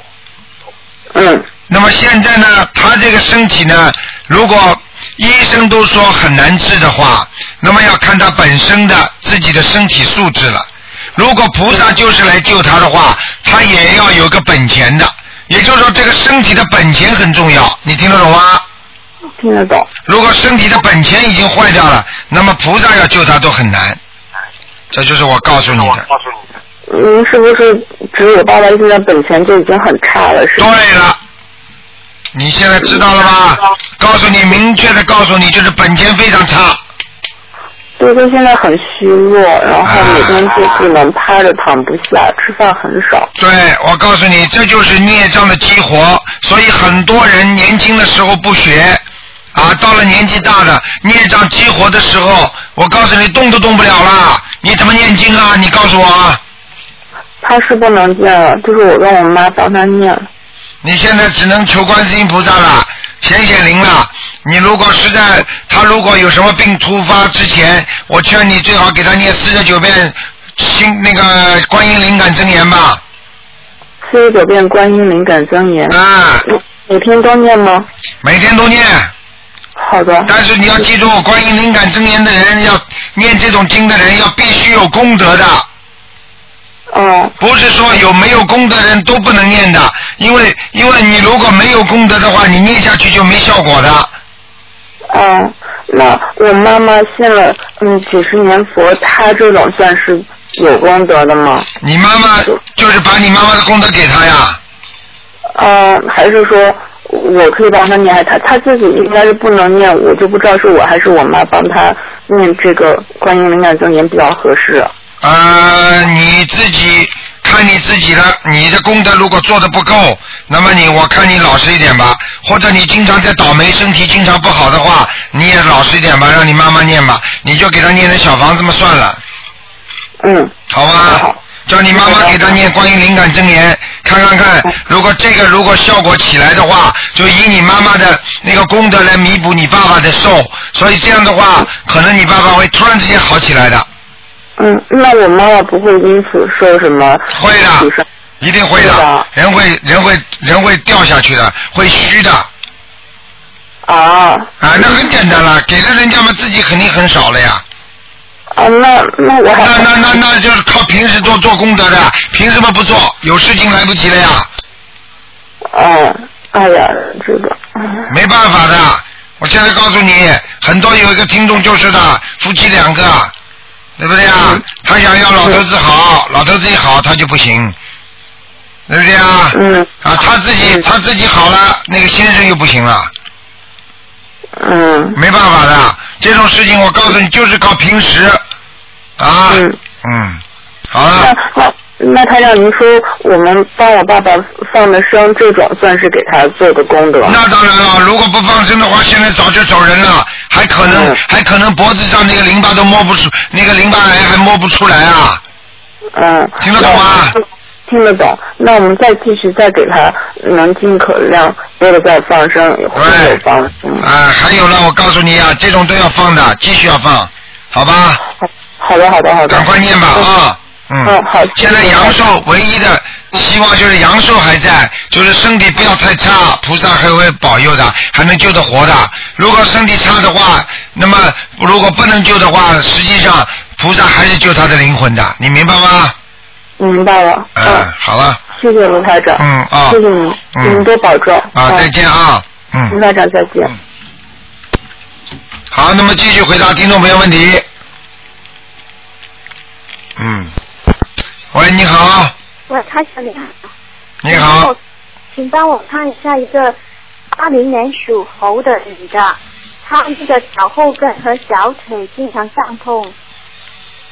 嗯。那么现在呢，他这个身体呢，如果医生都说很难治的话，那么要看他本身的自己的身体素质了。如果菩萨就是来救他的话，他也要有个本钱的，也就是说这个身体的本钱很重要，你听得懂吗？听得懂。如果身体的本钱已经坏掉了，那么菩萨要救他都很难。这就是我告嗯诉你的。您是不是只有八百现在本钱就已经很差了？是吗？对了，你现在知道了吧？告诉你，明确的告诉你，就是本钱非常差。对，就现在很虚弱，然后每天就只能趴着躺不下，吃饭很少。对，我告诉你，这就是孽障的激活，所以很多人年轻的时候不学，啊，到了年纪大的孽障激活的时候，我告诉你，动都动不了了，你怎么念经啊？你告诉我啊，他是不能念了，就是我让我妈帮他念。你现在只能求观世音菩萨了，显显灵了。你如果实在他如果有什么病突发之前，我劝你最好给他念四十九遍心那个观音灵感真言吧。四十九遍观音灵感真言。啊。每天都念吗？每天都念。好的。但是你要记住，观音灵感真言的人，要念这种经的人，要必须有功德的。哦。不是说有没有功德的人都不能念的，因为因为你如果没有功德的话，你念下去就没效果的。嗯，那我妈妈信了嗯几十年佛，她这种算是有功德的吗？你妈妈就是把你妈妈的功德给他呀，嗯，还是说我可以帮她念，还她她自己应该是不能念，我就不知道是我还是我妈帮她念这个观音灵感真言比较合适。呃，你自己看你自己了。你的功德如果做的不够，那么你我看你老实一点吧，或者你经常在倒霉，身体经常不好的话，你也老实一点吧，让你妈妈念吧，你就给她念点小房子嘛算了。嗯。好吧，叫你妈妈给他念关于灵感真言，看看看，如果这个如果效果起来的话，就以你妈妈的那个功德来弥补你爸爸的寿，所以这样的话，可能你爸爸会突然之间好起来的。嗯，那我妈妈不会因此受什么会的，一定会的，人会人会人会掉下去的，会虚的。啊啊，那很简单了，给了人家嘛，自己肯定很少了呀。啊，那那我那那那那就是靠平时多做功德的，凭什么不做？有事情来不及了呀。哦，哎呀，这个 嗯没办法的，我现在告诉你，很多有一个听众就是的，夫妻两个，对不对嗯啊？他想要老头子好，老头子一好他就不行，对不对啊？嗯。啊，他自己他自己好了，那个先生又不行了。嗯。没办法的，这种事情我告诉你，就是靠平时啊，嗯好了，那那台长，您说我们帮我爸爸放的生，这种算是给他做的功德？那当然了，如果不放生的话，现在早就走人了，还可嗯能、还可能脖子上那个淋巴都摸不出，那个淋巴癌还摸不出来啊！嗯，听得懂吗？听得懂。那我们再继续再给他能尽可量多的再放生，也会有帮助。啊，还有了，我告诉你啊，这种都要放的，继续要放，好吧？好的，好的，好的。赶快念吧啊！嗯，好。现在阳寿唯一的希望就是阳寿还在，就是身体不要太差，菩萨还会保佑的，还能救得活的。如果身体差的话，那么如果不能救的话，实际上菩萨还是救他的灵魂的，你明白吗？明白了，哦嗯，好了，谢谢卢台长。嗯啊谢谢您，嗯您多保重。哦啊，再见啊，嗯。卢台长，再见。好，那么继续回答听众朋友问题。嗯，喂，你好，喂，台长你好，你好，啊请帮我看一下一个八零年属猴的女的，她那个脚后跟和小腿经常胀痛，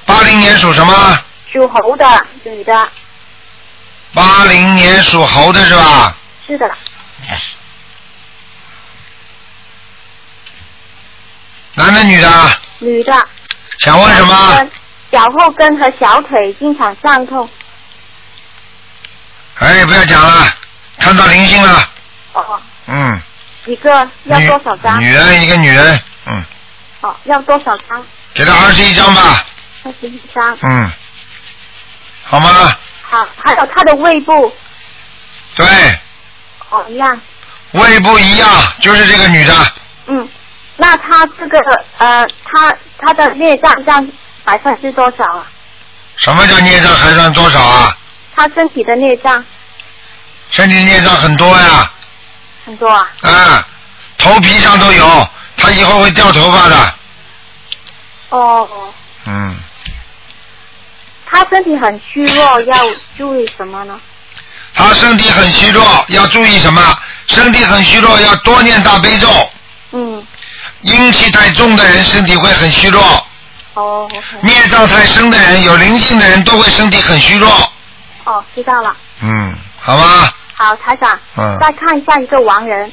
八零年属什么？属猴的女的，八零年属猴的是吧？是的，男的女的？女的。想问什么？？脚后跟和小腿经常胀痛，哎，不要讲了，看到灵性了。哦，嗯，一个要多少张？女人一个女人，嗯，哦，要多少张？给他二十一张吧，二十一张。嗯，好吗？好，还有她的胃部，对，哦，一样。胃不一样，就是这个女的，嗯，那她这个呃，她她的内脏占百分之多少啊？什么叫孽障还算多少啊？她身体的内脏身体孽障很多呀，很多啊？啊，头皮上都有，他以后会掉头发的，哦，嗯，她身体很虚弱，要注意什么呢？他身体很虚弱，要注意什么？身体很虚弱，要多念大悲咒。嗯，阴气太重的人身体会很虚弱。哦，孽障太深的人，有灵性的人都会身体很虚弱。哦，知道了。嗯，好吗？好，台长，嗯再看一下一个亡人，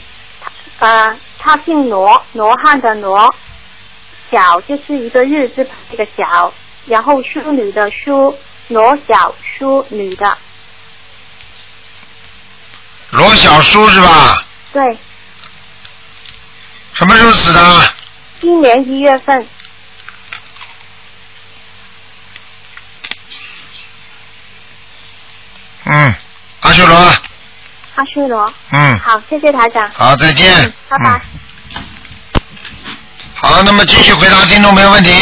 他呃，他姓罗，罗汉的罗，小就是一个日字旁一个小，然后淑女的淑，罗小淑女的，罗小叔是吧？对，什么时候死的？今年一月份，嗯，阿修罗，阿修罗。嗯，好，谢谢台长。好，再见。嗯拜拜。好，那么继续回答听众朋友问题。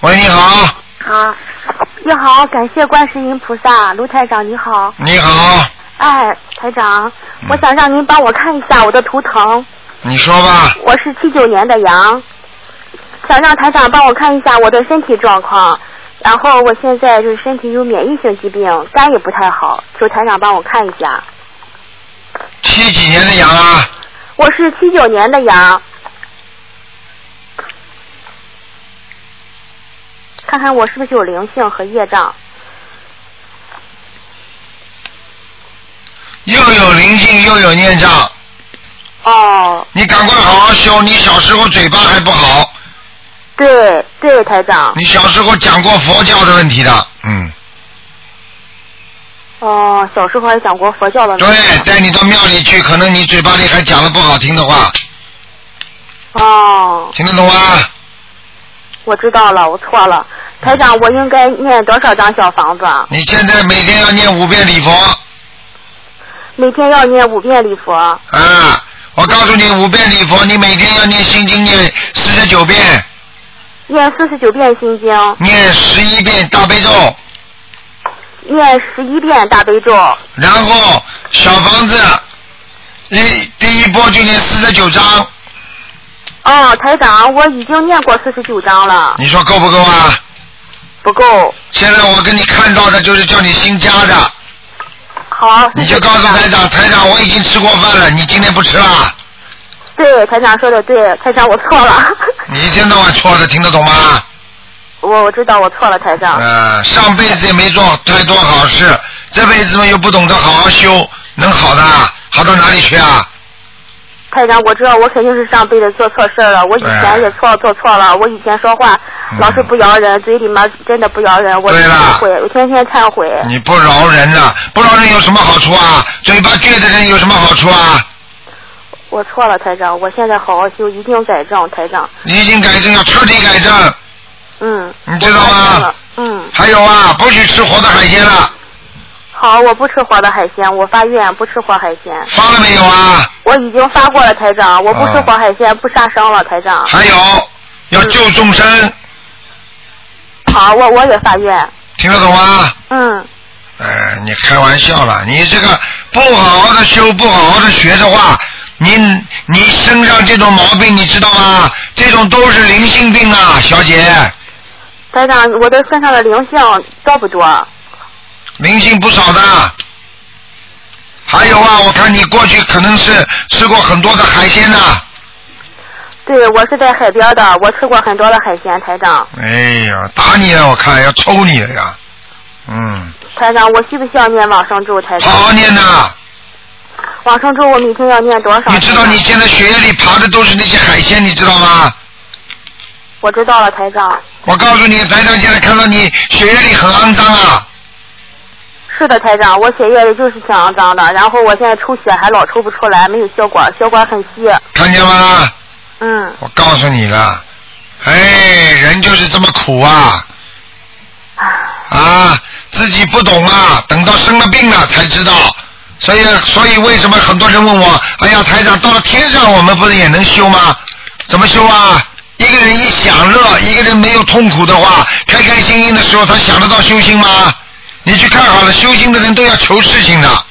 喂，你好，啊，你好，感谢观世音菩萨，卢台长你好。你好，哎，台长，嗯我想让您帮我看一下我的图腾，你说吧，我是七九年的羊，想让台长帮我看一下我的身体状况。然后我现在就是身体有免疫性疾病，肝也不太好，求台长帮我看一下。七几年的羊啊？我是七九年的羊，看看我是不是有灵性和业障。又有灵性又有孽障，哦，你赶快好好修。你小时候嘴巴还不好，对对，台长。你小时候讲过佛教的问题的，嗯，哦，小时候还讲过佛嗯教的那个。对，带你到庙里去，可能你嘴巴里还讲了不好听的话，哦，听得懂吗？我知道了，我错了。台长，我应该念多少张小房子？啊？你现在每天要念五遍礼佛每天要念五遍礼佛，啊！我告诉你，五遍礼佛，你每天要念心经念四十九遍，念四十九遍心经，念十一遍大悲咒，念十一遍大悲咒，然后小房子一第一波就念四十九章，哦，台长，我已经念过四十九章了，你说够不够啊？不够。现在我给你看到的就是叫你新加的，好。你就告诉台长，台长我已经吃过饭了，你今天不吃了，对，台长说的对，台长我错了， 你一天到晚错的，听得懂吗？我我知道我错了，台长。呃，上辈子也没做太多好事，这辈子嘛又不懂得好好修，能好的啊好到哪里去啊？台长，我知道我肯定是上辈子做错事儿了，我以前啊也错做错了，我以前说话老是不饶人，嘴里面真的不饶人，嗯我对了忏悔，我天天忏悔。你不饶人呐、不饶人有什么好处啊？嘴巴倔的人有什么好处啊？我错了，台长，我现在好好修，一定改正，台长。你已经改正，要彻底改正，嗯，你知道改正吗了？嗯，还有啊，不许吃活的海鲜了，好，我不吃活的海鲜，我发愿不吃活海鲜。发了没有啊？我已经发过了，台长，我不吃哦活海鲜，不杀生了，台长。还有，要救众嗯生，好，我我也发愿。听得懂吗？嗯，哎，你开玩笑了，你这个不好好的修，不好好的学的话，你你身上这种毛病你知道吗？这种都是灵性病啊，小姐，台长，我的身上的灵性多不多？灵性不少的。还有啊，我看你过去可能是吃过很多的海鲜呐、对，我是在海边的，我吃过很多的海鲜，台长。哎呀，打你了，我看要抽你了呀。嗯，台长，我需不需要念往生咒？台长，好好念呐、往生咒我每天要念多少？你知道你现在血液里爬的都是那些海鲜，你知道吗？我知道了，台长。我告诉你，台长现在看到你血液里很肮脏啊。是的，台长，我血液里就是挺肮脏的，然后我现在抽血还老抽不出来，没有血管，血管很细。看见吗？嗯，我告诉你了，哎，人就是这么苦啊，啊，自己不懂啊，等到生了病了才知道。所以，所以为什么很多人问我，哎呀，台长，到了天上我们不是也能修吗？怎么修啊？一个人一享乐，一个人没有痛苦的话，开开心心的时候，他想得到修心吗？你去看好了，修心的人都要求事情的，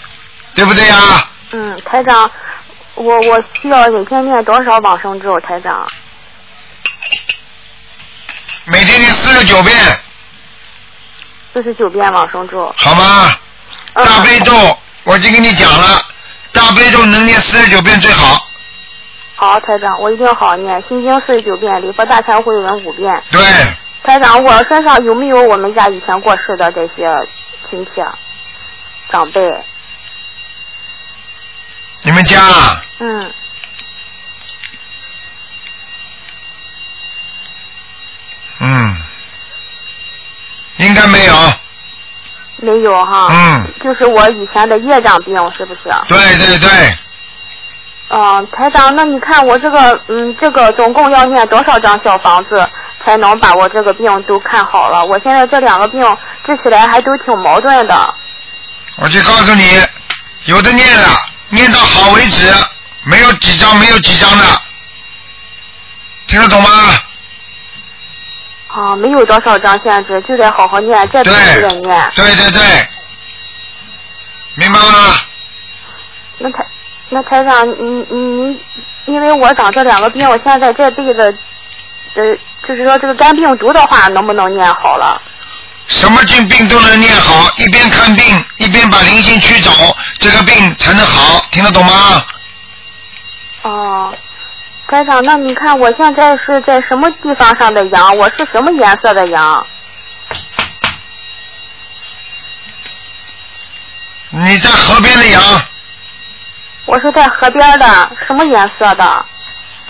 对不对呀、嗯，台长，我我需要每天念多少往生咒？台长，每天念四十九遍，四十九遍往生咒。好吗？嗯大悲咒，我已经跟你讲了，大悲咒能念四十九遍最好。好，台长，我一定好好念。心经四十九遍，礼佛大忏悔文五遍。对，台长，我身上有没有我们家以前过世的这些亲戚、啊长辈？你们家啊嗯，嗯，应该没有。啊没有哈。嗯，就是我以前的业障病，是不是？对对对，嗯，台长，那你看我这个，嗯，这个总共要念多少张小房子才能把我这个病都看好了？我现在这两个病治起来还都挺矛盾的。我就告诉你，有的念了，念到好为止，没有几张，没有几张的，听得懂吗？啊，没有多少张限制，就得好好念，这病就得念。对对对，明白吗？那台，那台长，你你你，因为我长这两个病，我现在这辈子，呃，就是说这个肝病毒的话，能不能念好了？什么病病都能念好，一边看病一边把灵性驱走，这个病才能好，听得懂吗？哦，台长，那你看我现在是在什么地方上的羊？我是什么颜色的羊？你在河边啊的羊，我是在河边的，什么颜色的？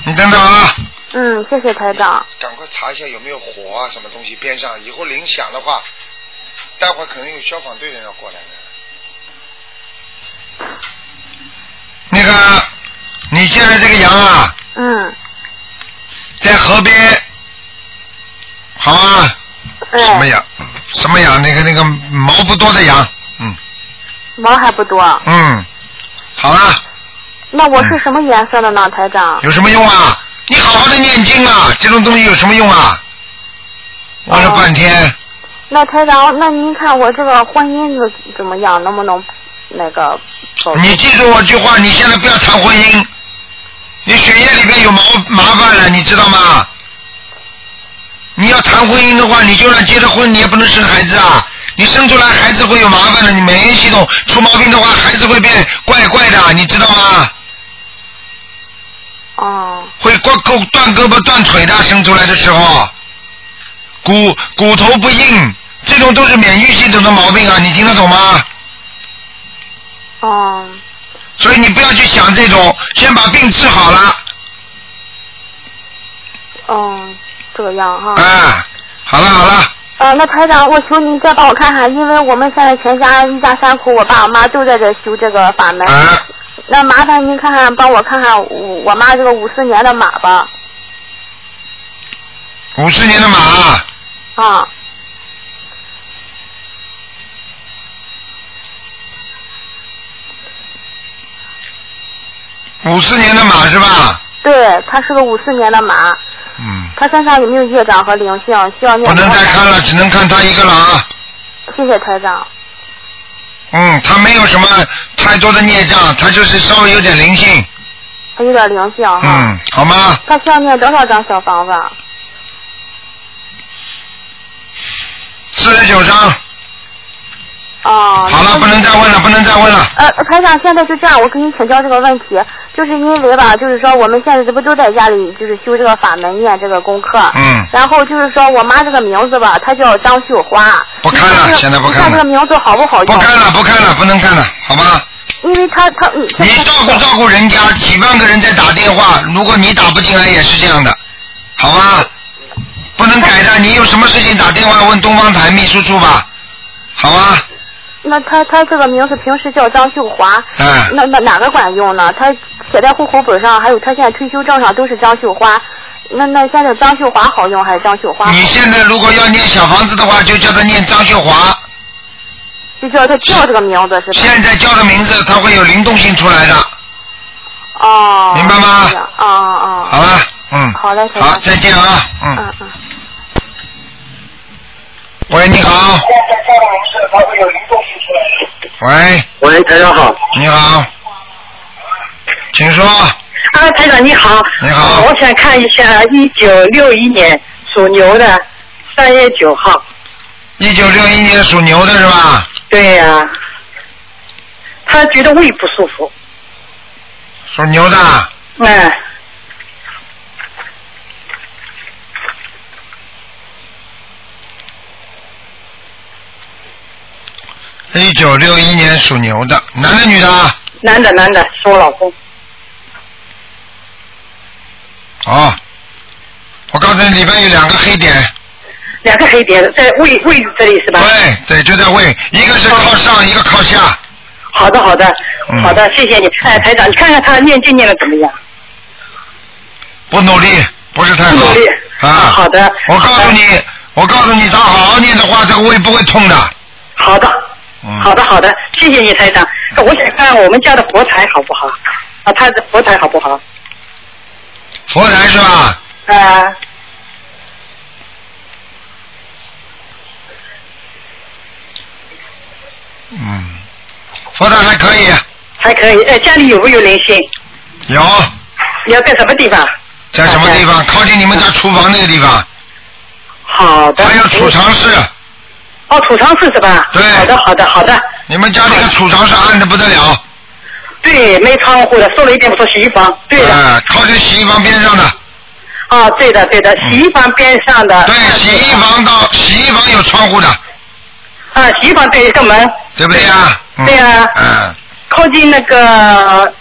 你等等啊。嗯，谢谢台长。赶快查一下有没有火啊，什么东西边上。以后铃响的话，待会儿可能有消防队人要过来的。那个，你现在这个羊啊，嗯在河边，好啊，哎什么羊？什么羊？那个那个毛不多的羊，毛还不多。嗯，好啊了，那我嗯是什么颜色的呢，台长？有什么用啊？你好好的念经啊，这种东西有什么用啊？问了半天，那台长，那您看我这个婚姻怎怎么样？能不能那个走？你记住我句话，你现在不要谈婚姻，你血液里面有毛麻烦了，你知道吗？你要谈婚姻的话，你就算结了婚，你也不能生孩子啊。你生出来孩子会有麻烦的，你免疫系统出毛病的话，孩子会变怪怪的，你知道吗？哦。会断胳断胳膊断腿的，生出来的时候，骨骨头不硬，这种都是免疫系统的毛病啊，你听得懂吗？哦，所以你不要去想这种，先把病治好了。哦，这个样哈。啊，好了好了，呃，那台长，我求您再帮我看看，因为我们现在全家一家三口，我爸我妈都在这修这个法门。哎那麻烦您看看，帮我看看我我妈这个五四年的马吧。五十年的马，啊，五十年的马是吧？对，她是个五四年的马。嗯。她身上有没有业障和灵性？需要念。不能再看了，只能看他一个了啊。谢谢台长。嗯，他没有什么太多的孽障，他就是稍微有点灵性。她有点灵性哈。嗯，好吗？她需要念多少张小房子啊？四十九章。哦。好了，不能再问了，不能再问了。呃，台长，现在是这样，我跟你请教这个问题，就是因为吧，就是说我们现在这不都在家里就是修这个法门念这个功课，嗯然后就是说我妈这个名字吧，她叫张秀花，不看了，现在不你看看这了个，名字好不好用？不看了，不看了，不能看了，好吗？因为她她嗯你照顾照顾人家，几万个人在打电话，如果你打不进来也是这样的，好吧？不能改的，你有什么事情打电话问东方台秘书处吧，好吧？那她她这个名字平时叫张秀华，嗯那那哪个管用呢？她写在户口本上，还有她现在退休证上都是张秀花，那那现在张秀华好用还是张秀花好用？你现在如果要念小房子的话，就叫他念张秀华，就叫她叫这个名字是吧？现在叫的名字，他会有灵动性出来的。哦，明白吗是的？哦哦。好了，嗯，好嘞，台长好，再见啊，嗯。嗯嗯。喂，你好，喂，喂，台长好。你好，请说，啊，台长你好。你好呃我想看一下一九六一年属牛的三月九号。一九六一年属牛的是吧？对呀、他觉得胃不舒服。属牛的。嗯。一九六一年属牛的，男的女的啊？男的男的，是我老公。哦，我告诉你，里边有两个黑点，两个黑点在胃胃这里是吧？对对，就在胃，一个是靠上，一个靠下。好的好的嗯好的，谢谢你。哎，台长，你看看他念经念的怎么样？不努力，不是太不好努力啊。好的我告诉你，我告诉你，他好好念的话，这个胃不会痛的。好的嗯。好的好的，谢谢你台长。我想看我们家的佛台好不好？啊，他的佛台好不好？佛台是吧？啊，嗯，佛台还可以，还可以。哎，家里有没有灵性？有你要在什么地方？在什么地方？靠近你们家厨房那个地方，好的。还有储藏室。哦，储藏室是吧？对好的，好的，好的。你们家那个储藏室暗的不得了，对，没窗户的，说了一遍不是洗衣房。对的。啊，靠近洗衣房边上的。啊，对的，对的，洗衣房边上的。嗯对，洗衣房到洗衣房有窗户的，啊，洗衣房对一个门，对不对呀？嗯对呀嗯，靠近那个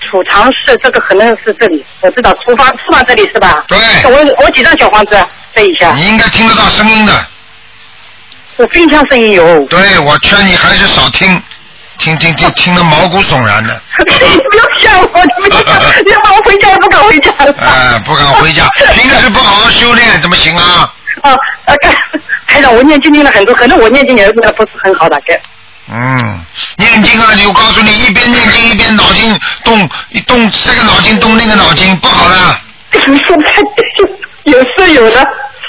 储藏室，这个可能是这里，我知道厨房厨房这里是吧？对我我几张小房子？这一下，你应该听得到声音的。我冰箱声音有。 对，我劝你还是少听，听听听听得毛骨悚然的。你不要吓我！你不要吓我！你要把我回家，我不敢回家了。 哦哎、不敢回家，平时不好好修炼怎么行啊？啊啊！看台长，我念经念了很多，可能我念经念的不是很好，大概。嗯，念经啊，我告诉你，一边念经一边脑筋动，一动这个脑筋动那个脑筋，不好的。有是有的，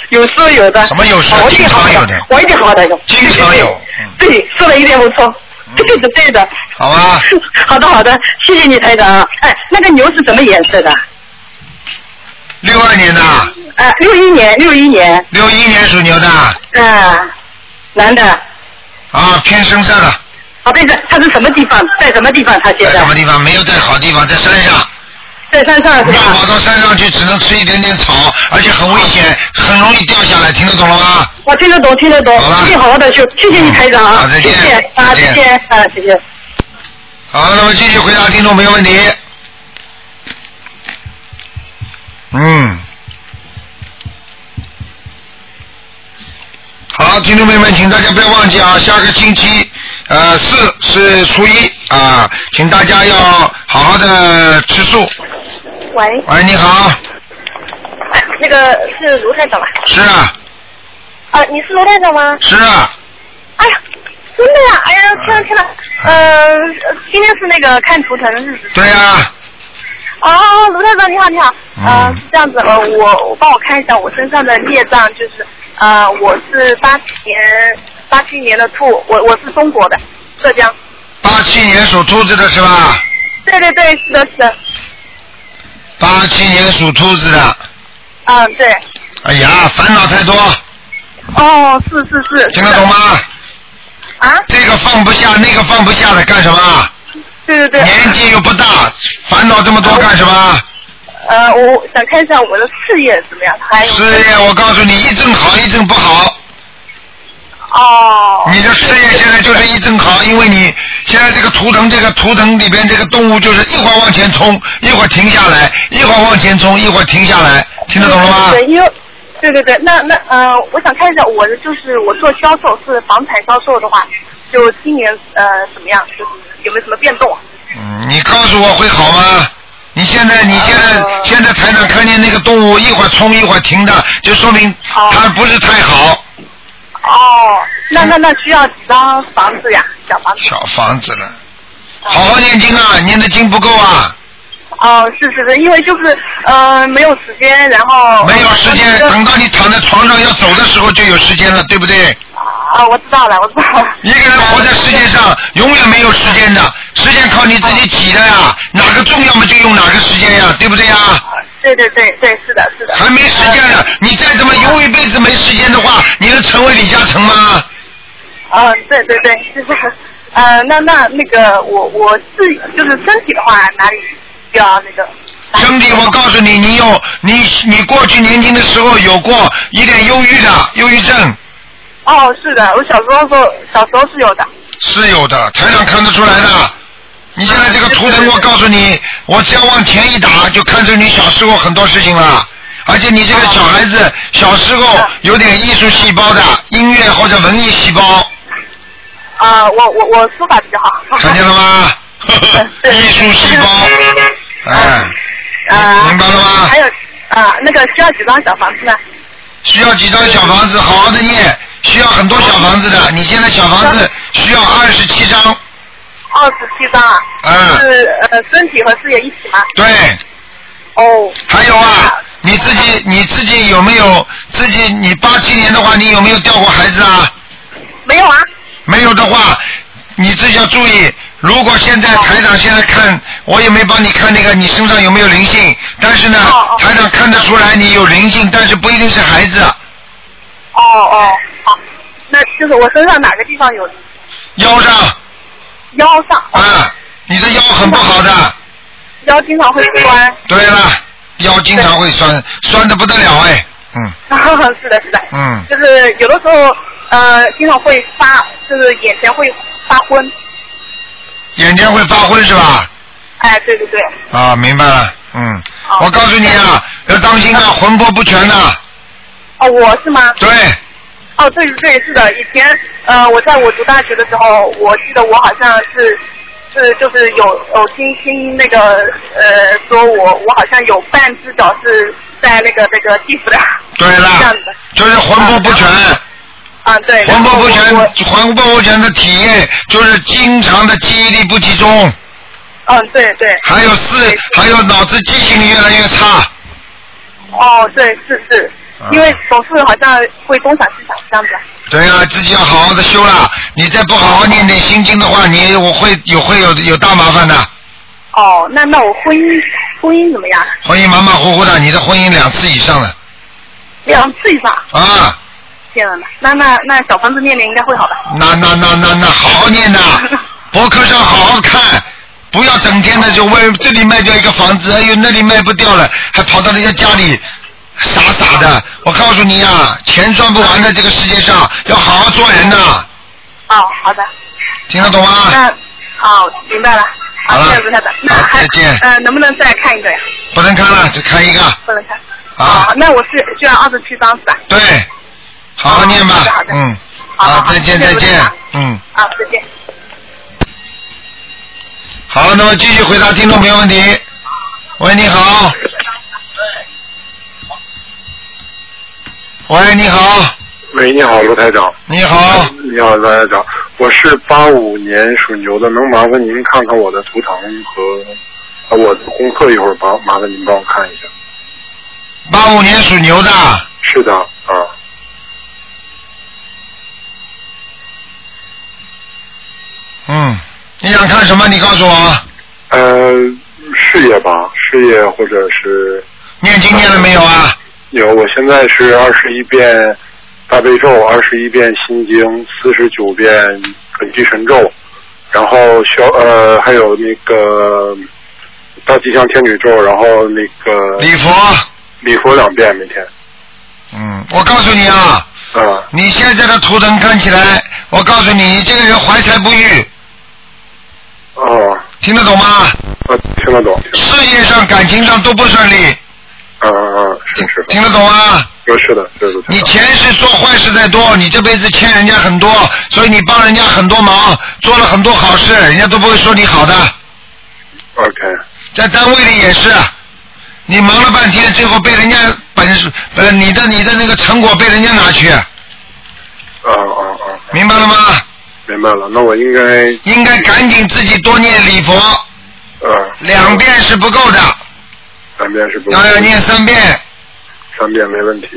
有是有的。什么有是我一经定好常有的的，我一定好的有。经常 有。嗯对，说的一点不错。对的，对的。好吧。 好的，好的，谢谢你，台长啊。哎，那个牛是什么颜色的？六二年的，啊，六一年，六一年。六一年属牛的，啊，男的。啊，偏深色的。啊，对的，他是什么地方？在什么地方？他现在在啊什么地方？没有在好地方，在山 上。在山上是吧？要跑到山上去，只能吃一点点草，而且很危险，很容易掉下来。听得懂了吗？嗯啊我听得懂，听得懂，一定好好的修。谢谢你，台长啊，好再谢见谢啊，再谢见谢啊，谢谢。好，那么继续回答听众朋友问题。嗯。好，听众朋友们，请大家不要忘记啊，下个星期呃四是初一啊，请大家要好好的吃素。喂，喂，你好，那个是卢台长吧？是啊，啊，你是卢台长吗？是啊，哎呀，真的呀！哎呀，天呐天呐，呃，今天是那个看图腾的日子。对啊呀、哦，卢台长你好你好，呃，是这样子，呃，我我帮我看一下我身上的孽障，就是呃，我是八七年八七年的兔，我我是中国的，浙江。八七年属兔子的是吧？对对对，是的是的，八七年属兔子的，嗯对，哎呀，烦恼太多，哦是是是。听得懂吗？啊？这个放不下，那个放不下的，干什么？对对对。年纪又不大，烦恼这么哎多干什么？呃，我想看一下我的事业怎么样，还有事业，我告诉你，一阵好，一阵不好。哦。你的事业现在就是一阵好，因为你现在这个图腾，这个图腾里边这个动物就是一会儿往前冲，一会儿停下来，一会儿往前冲，一会儿停下来，听得懂了吗？嗯对，因为对对对，那那呃，我想看一下我的就是我做销售是房产销售的话，就今年呃怎么样，就是有没有什么变动啊？嗯，你告诉我会好吗？你现在你现在、呃现在台上看见那个动物一会儿冲一会儿停的，就说明它不是太好。哦，那那那需要几张房子呀？小房子？小房子了，好好念经啊，念的经不够啊，哦，是是是，因为就是呃没有时间，然后没有时间，等到你躺在床上要走的时候就有时间了，对不对？啊，我知道了，我知道了。一个人活在世界上，永远没有时间的，时间靠你自己挤的呀，哪个重要嘛就用哪个时间呀，对不对呀？对对对对，是的，是的。还没时间呢，你再这么游一辈子没时间的话，你能成为李嘉诚吗？嗯，对对对，是的。呃，那那那个我我自己就是身体的话，哪里需要那个？身体，我告诉你，你有你你过去年轻的时候有过一点忧郁的忧郁症，哦，是的，我小时候说小时候是有的。是有的，台上看得出来的。你现在这个图腾，我告诉你，我只要往前一打，就看出你小时候很多事情了。而且你这个小孩子小时候有点艺术细胞的，音乐或者文艺细胞，啊、我我我书法比较好。看见了 吗？艺术细胞，哎， 啊、明白了吗？ 还有啊、那个需要几张小房子呢？需要几张小房子，好好的念，需要很多小房子嗯的。你现在小房子需要二十七张，二十七张啊。嗯是呃，身体和事业一起吗？对。哦。还有啊，你自己你自己有没有自己？你八七年的话，你有没有掉过孩子啊？没有啊。没有的话，你自己要注意。如果现哦在台长现在看，我也没帮你看那个你身上有没有灵性，但是呢，哦台长看得出来你有灵性，但是不一定是孩子。哦哦，好，那就是我身上哪个地方有？腰上。腰上。啊，你的腰很不好哦的。腰经常会酸。对了，腰经常会酸，酸的不得了哎，嗯 是的，是的。嗯，就是有的时候，呃，经常会发，就是眼前会发昏。眼睛会发昏是吧？哎，对对对。啊，明白了，嗯，我告诉你啊，要当心啊，魂魄不全的、哦，我是吗？对。哦，对对是的，以前呃，我在我读大学的时候，我记得我好像是是就是有有听听那个呃，说我我好像有半只脚是在那个那个地府的。对了这样子。就是魂魄不全。啊，对。魂然魄后不我全我，魂魄不全的体验就是经常的记忆力不集中，嗯，对对。还有四，还有脑子记性越来越差。啊哦，对，是是，因为总是好像会东想西想这样子。对啊，自己要好好的修啦。你再不好好念点心经的话，你我会有会有有大麻烦的，哦，那那我婚姻婚姻怎么样？婚姻马马虎虎的，你的婚姻两次以上了两次以上。啊，天呐，那那那小房子念念应该会好吧？那那那那那好 好念呐，博客上好好看，不要整天的就问这里卖掉一个房子，哎呦那里卖不掉了，还跑到人家家里傻傻的。我告诉你啊，钱赚不完的这个世界上，要好好做人呐、哦，好的。听得懂吗？那哦，明白了。好了啊，谢谢卢台长。那还再见呃，能不能再看一个呀？不能看了，就看一个不能看。啊。那我是需要二十七张是吧？对，好好念吧好的好，的嗯，好好好，再见谢谢再卢台见长，嗯，啊，再见。好，那么继续回答听众朋友问题。喂，你好。喂，你好，喂，你好，卢台长。你好，你好，卢台长，我是八五年属牛的，能麻烦您看看我的图腾和呃我的功课一会儿麻麻烦您帮我看一下。八五年属牛的，是的，啊，嗯，你想看什么？你告诉我，呃，事业吧，事业或者是念经念了没有啊？有，我现在是二十一遍大悲咒，二十一遍心经，四十九遍准提神咒，然后消呃还有那个大吉祥天女咒，然后那个礼佛，礼佛两遍每天。嗯，我告诉你啊，啊，你现在的图腾看起来，我告诉你，你这个人怀才不遇，哦，听得懂吗？我听得懂，事业上、感情上都不顺利，嗯嗯，是是，听得懂吗？是是的，是的，你前世做坏事太多，你这辈子欠人家很多，所以你帮人家很多忙，做了很多好事，人家都不会说你好的。 OK。在单位里也是，啊你忙了半天，最后被人家本事呃你的你的那个成果被人家拿去，啊啊啊，明白了吗？明白了，那我应该，应该赶紧自己多念礼佛，呃，两遍是不够的，三遍是不？要要念三遍。三遍没问题。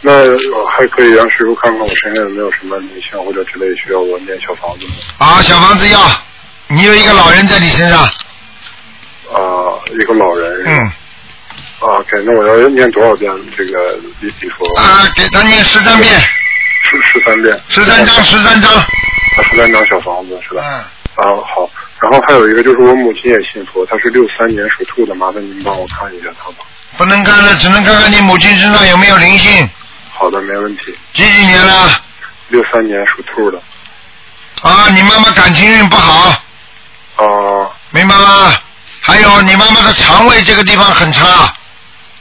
那我还可以让师傅看看我身上有没有什么灵性或者之类需要我念小房子吗？啊，小房子要，你有一个老人在你身上，啊，一个老人。啊嗯。 OK，那我要念多少遍这个礼礼佛？啊，给他念十三遍，十十三遍。十三章，十三章。十三张小房子是吧？嗯。啊，好。然后还有一个就是我母亲也信佛，她是六三年属兔的，麻烦您帮我看一下她吧。不能看了，只能看看你母亲身上有没有灵性。好的，没问题。几几年了？六三年属兔的。啊，你妈妈感情运不好，哦、明白吗？还有你妈妈的肠胃这个地方很差，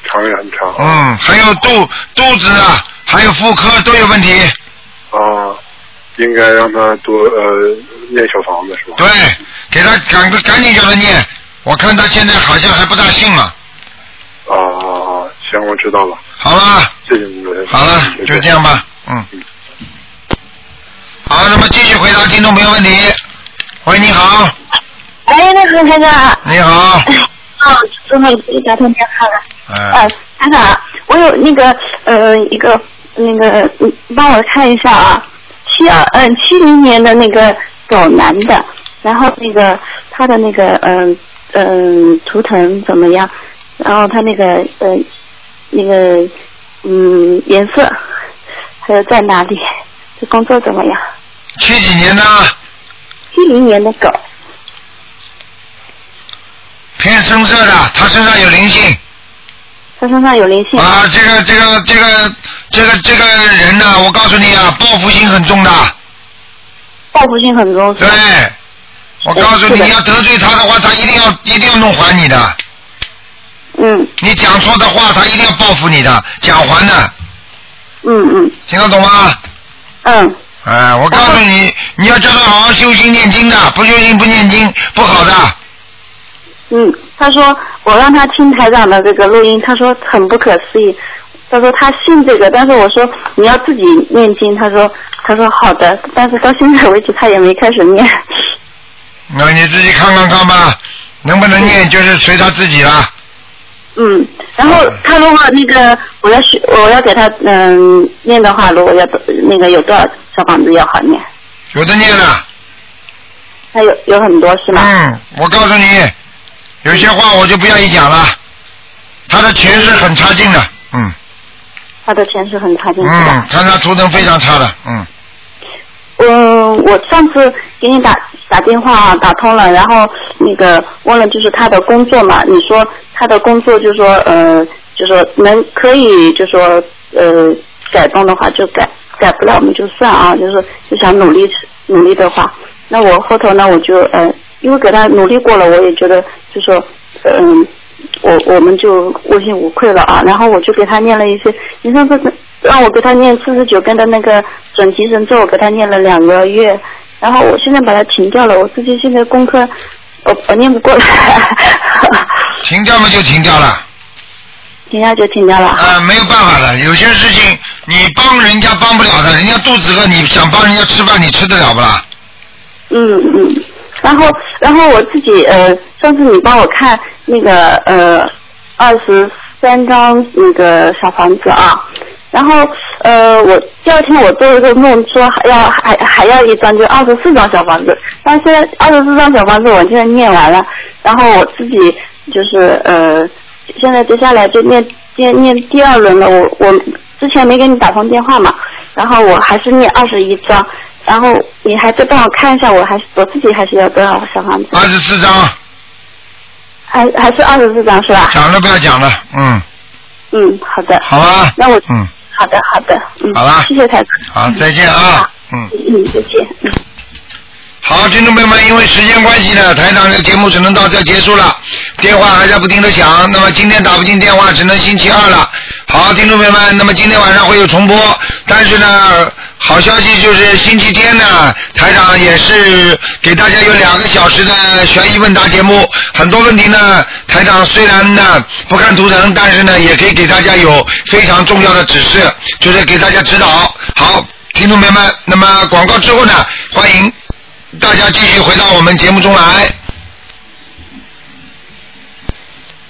肠胃很差。嗯，还有肚肚子啊，还有妇科都有问题。啊，应该让她多呃念小房子是吧？对，给她赶快赶紧叫她念，我看她现在好像还不大信嘛，啊啊啊！行，我知道了。好吧，谢谢您，罗先生。好了，就这样吧，嗯。好，那么继续回答听众朋友问题。喂，你好，哎，那个台长，你好，啊，终于打通电话了。嗯、啊，台长，我有那个呃一个那个，你帮我看一下啊，七二嗯七零年的那个狗男的，然后那个他的那个嗯嗯、图腾怎么样？然后他那个呃那个嗯颜色，还有在哪里？这工作怎么样？七几年的？七零年的狗，偏深色的，她身上有灵性。他身上有灵性。啊，这个这个这个这个这个人呢、我告诉你啊，报复心很重的。报复心很重。对，我告诉你，你要得罪他的话，他一定要一定要弄还你的。嗯。你讲错的话，他一定要报复你的，讲还的。嗯嗯。听得懂吗？嗯。哎，我告诉你，你要叫他好好修心念经的，不修心不念经不好的。嗯嗯，他说我让他听台长的这个录音，他说很不可思议。他说他信这个，但是我说你要自己念经，他说他说好的，但是到现在为止他也没开始念。那你自己看看看吧，能不能念就是随他自己了。嗯，然后他如果那个我要学，我要给他嗯念的话，如果要多那个有多少小房子要好念？有的念了，他有有很多是吗？嗯，我告诉你，有些话我就不愿意讲了。他的前世很差劲的，嗯他的前世很差劲是嗯，吧？看他图腾非常差的，嗯嗯，我上次给你打打电话打通了，然后那个问了就是他的工作嘛，你说他的工作就说呃，就说能可以就说呃改动的话就改，改不了我们就算啊，就是就想努力努力的话，那我后头呢我就呃，因为给他努力过了，我也觉得就说嗯、我我们就问心无愧了啊。然后我就给他念了一些，你上次让我给他念四十九根的那个准提神咒，我给他念了两个月，然后我现在把它停掉了，我自己现在功课我我念不过来，停掉嘛就停掉了。停下就停掉了。啊，没有办法的，有些事情你帮人家帮不了的，人家肚子饿，你想帮人家吃饭，你吃得了不啦？嗯嗯，然后然后我自己呃，上次你帮我看那个呃二十三张那个小房子啊，然后呃我第二天我做一个梦说还要还还要一张就二十四张小房子，但是二十四张小房子我现在念完了，然后我自己就是呃现在接下来就念念念第二轮了，我我之前没给你打通电话嘛，然后我还是念二十一章，然后你还再帮我看一下，我还是我自己还是要多少小房子？二十四张，还还是二十四张是吧？讲了不要讲了，嗯，嗯，好的。好吧。那我嗯，好的好的，嗯，好啦谢谢台长，好，再见啊，嗯。嗯，再见。好，听众朋友们，因为时间关系呢，台长的节目只能到这儿结束了，电话还在不停的响。那么今天打不进电话，只能星期二了。好，听众朋友们，那么今天晚上会有重播，但是呢，好消息就是星期天呢，台长也是给大家有两个小时的悬疑问答节目，很多问题呢，台长虽然呢不看图腾，但是呢也可以给大家有非常重要的指示，就是给大家指导。好，听众朋友们，那么广告之后呢，欢迎大家继续回到我们节目中来。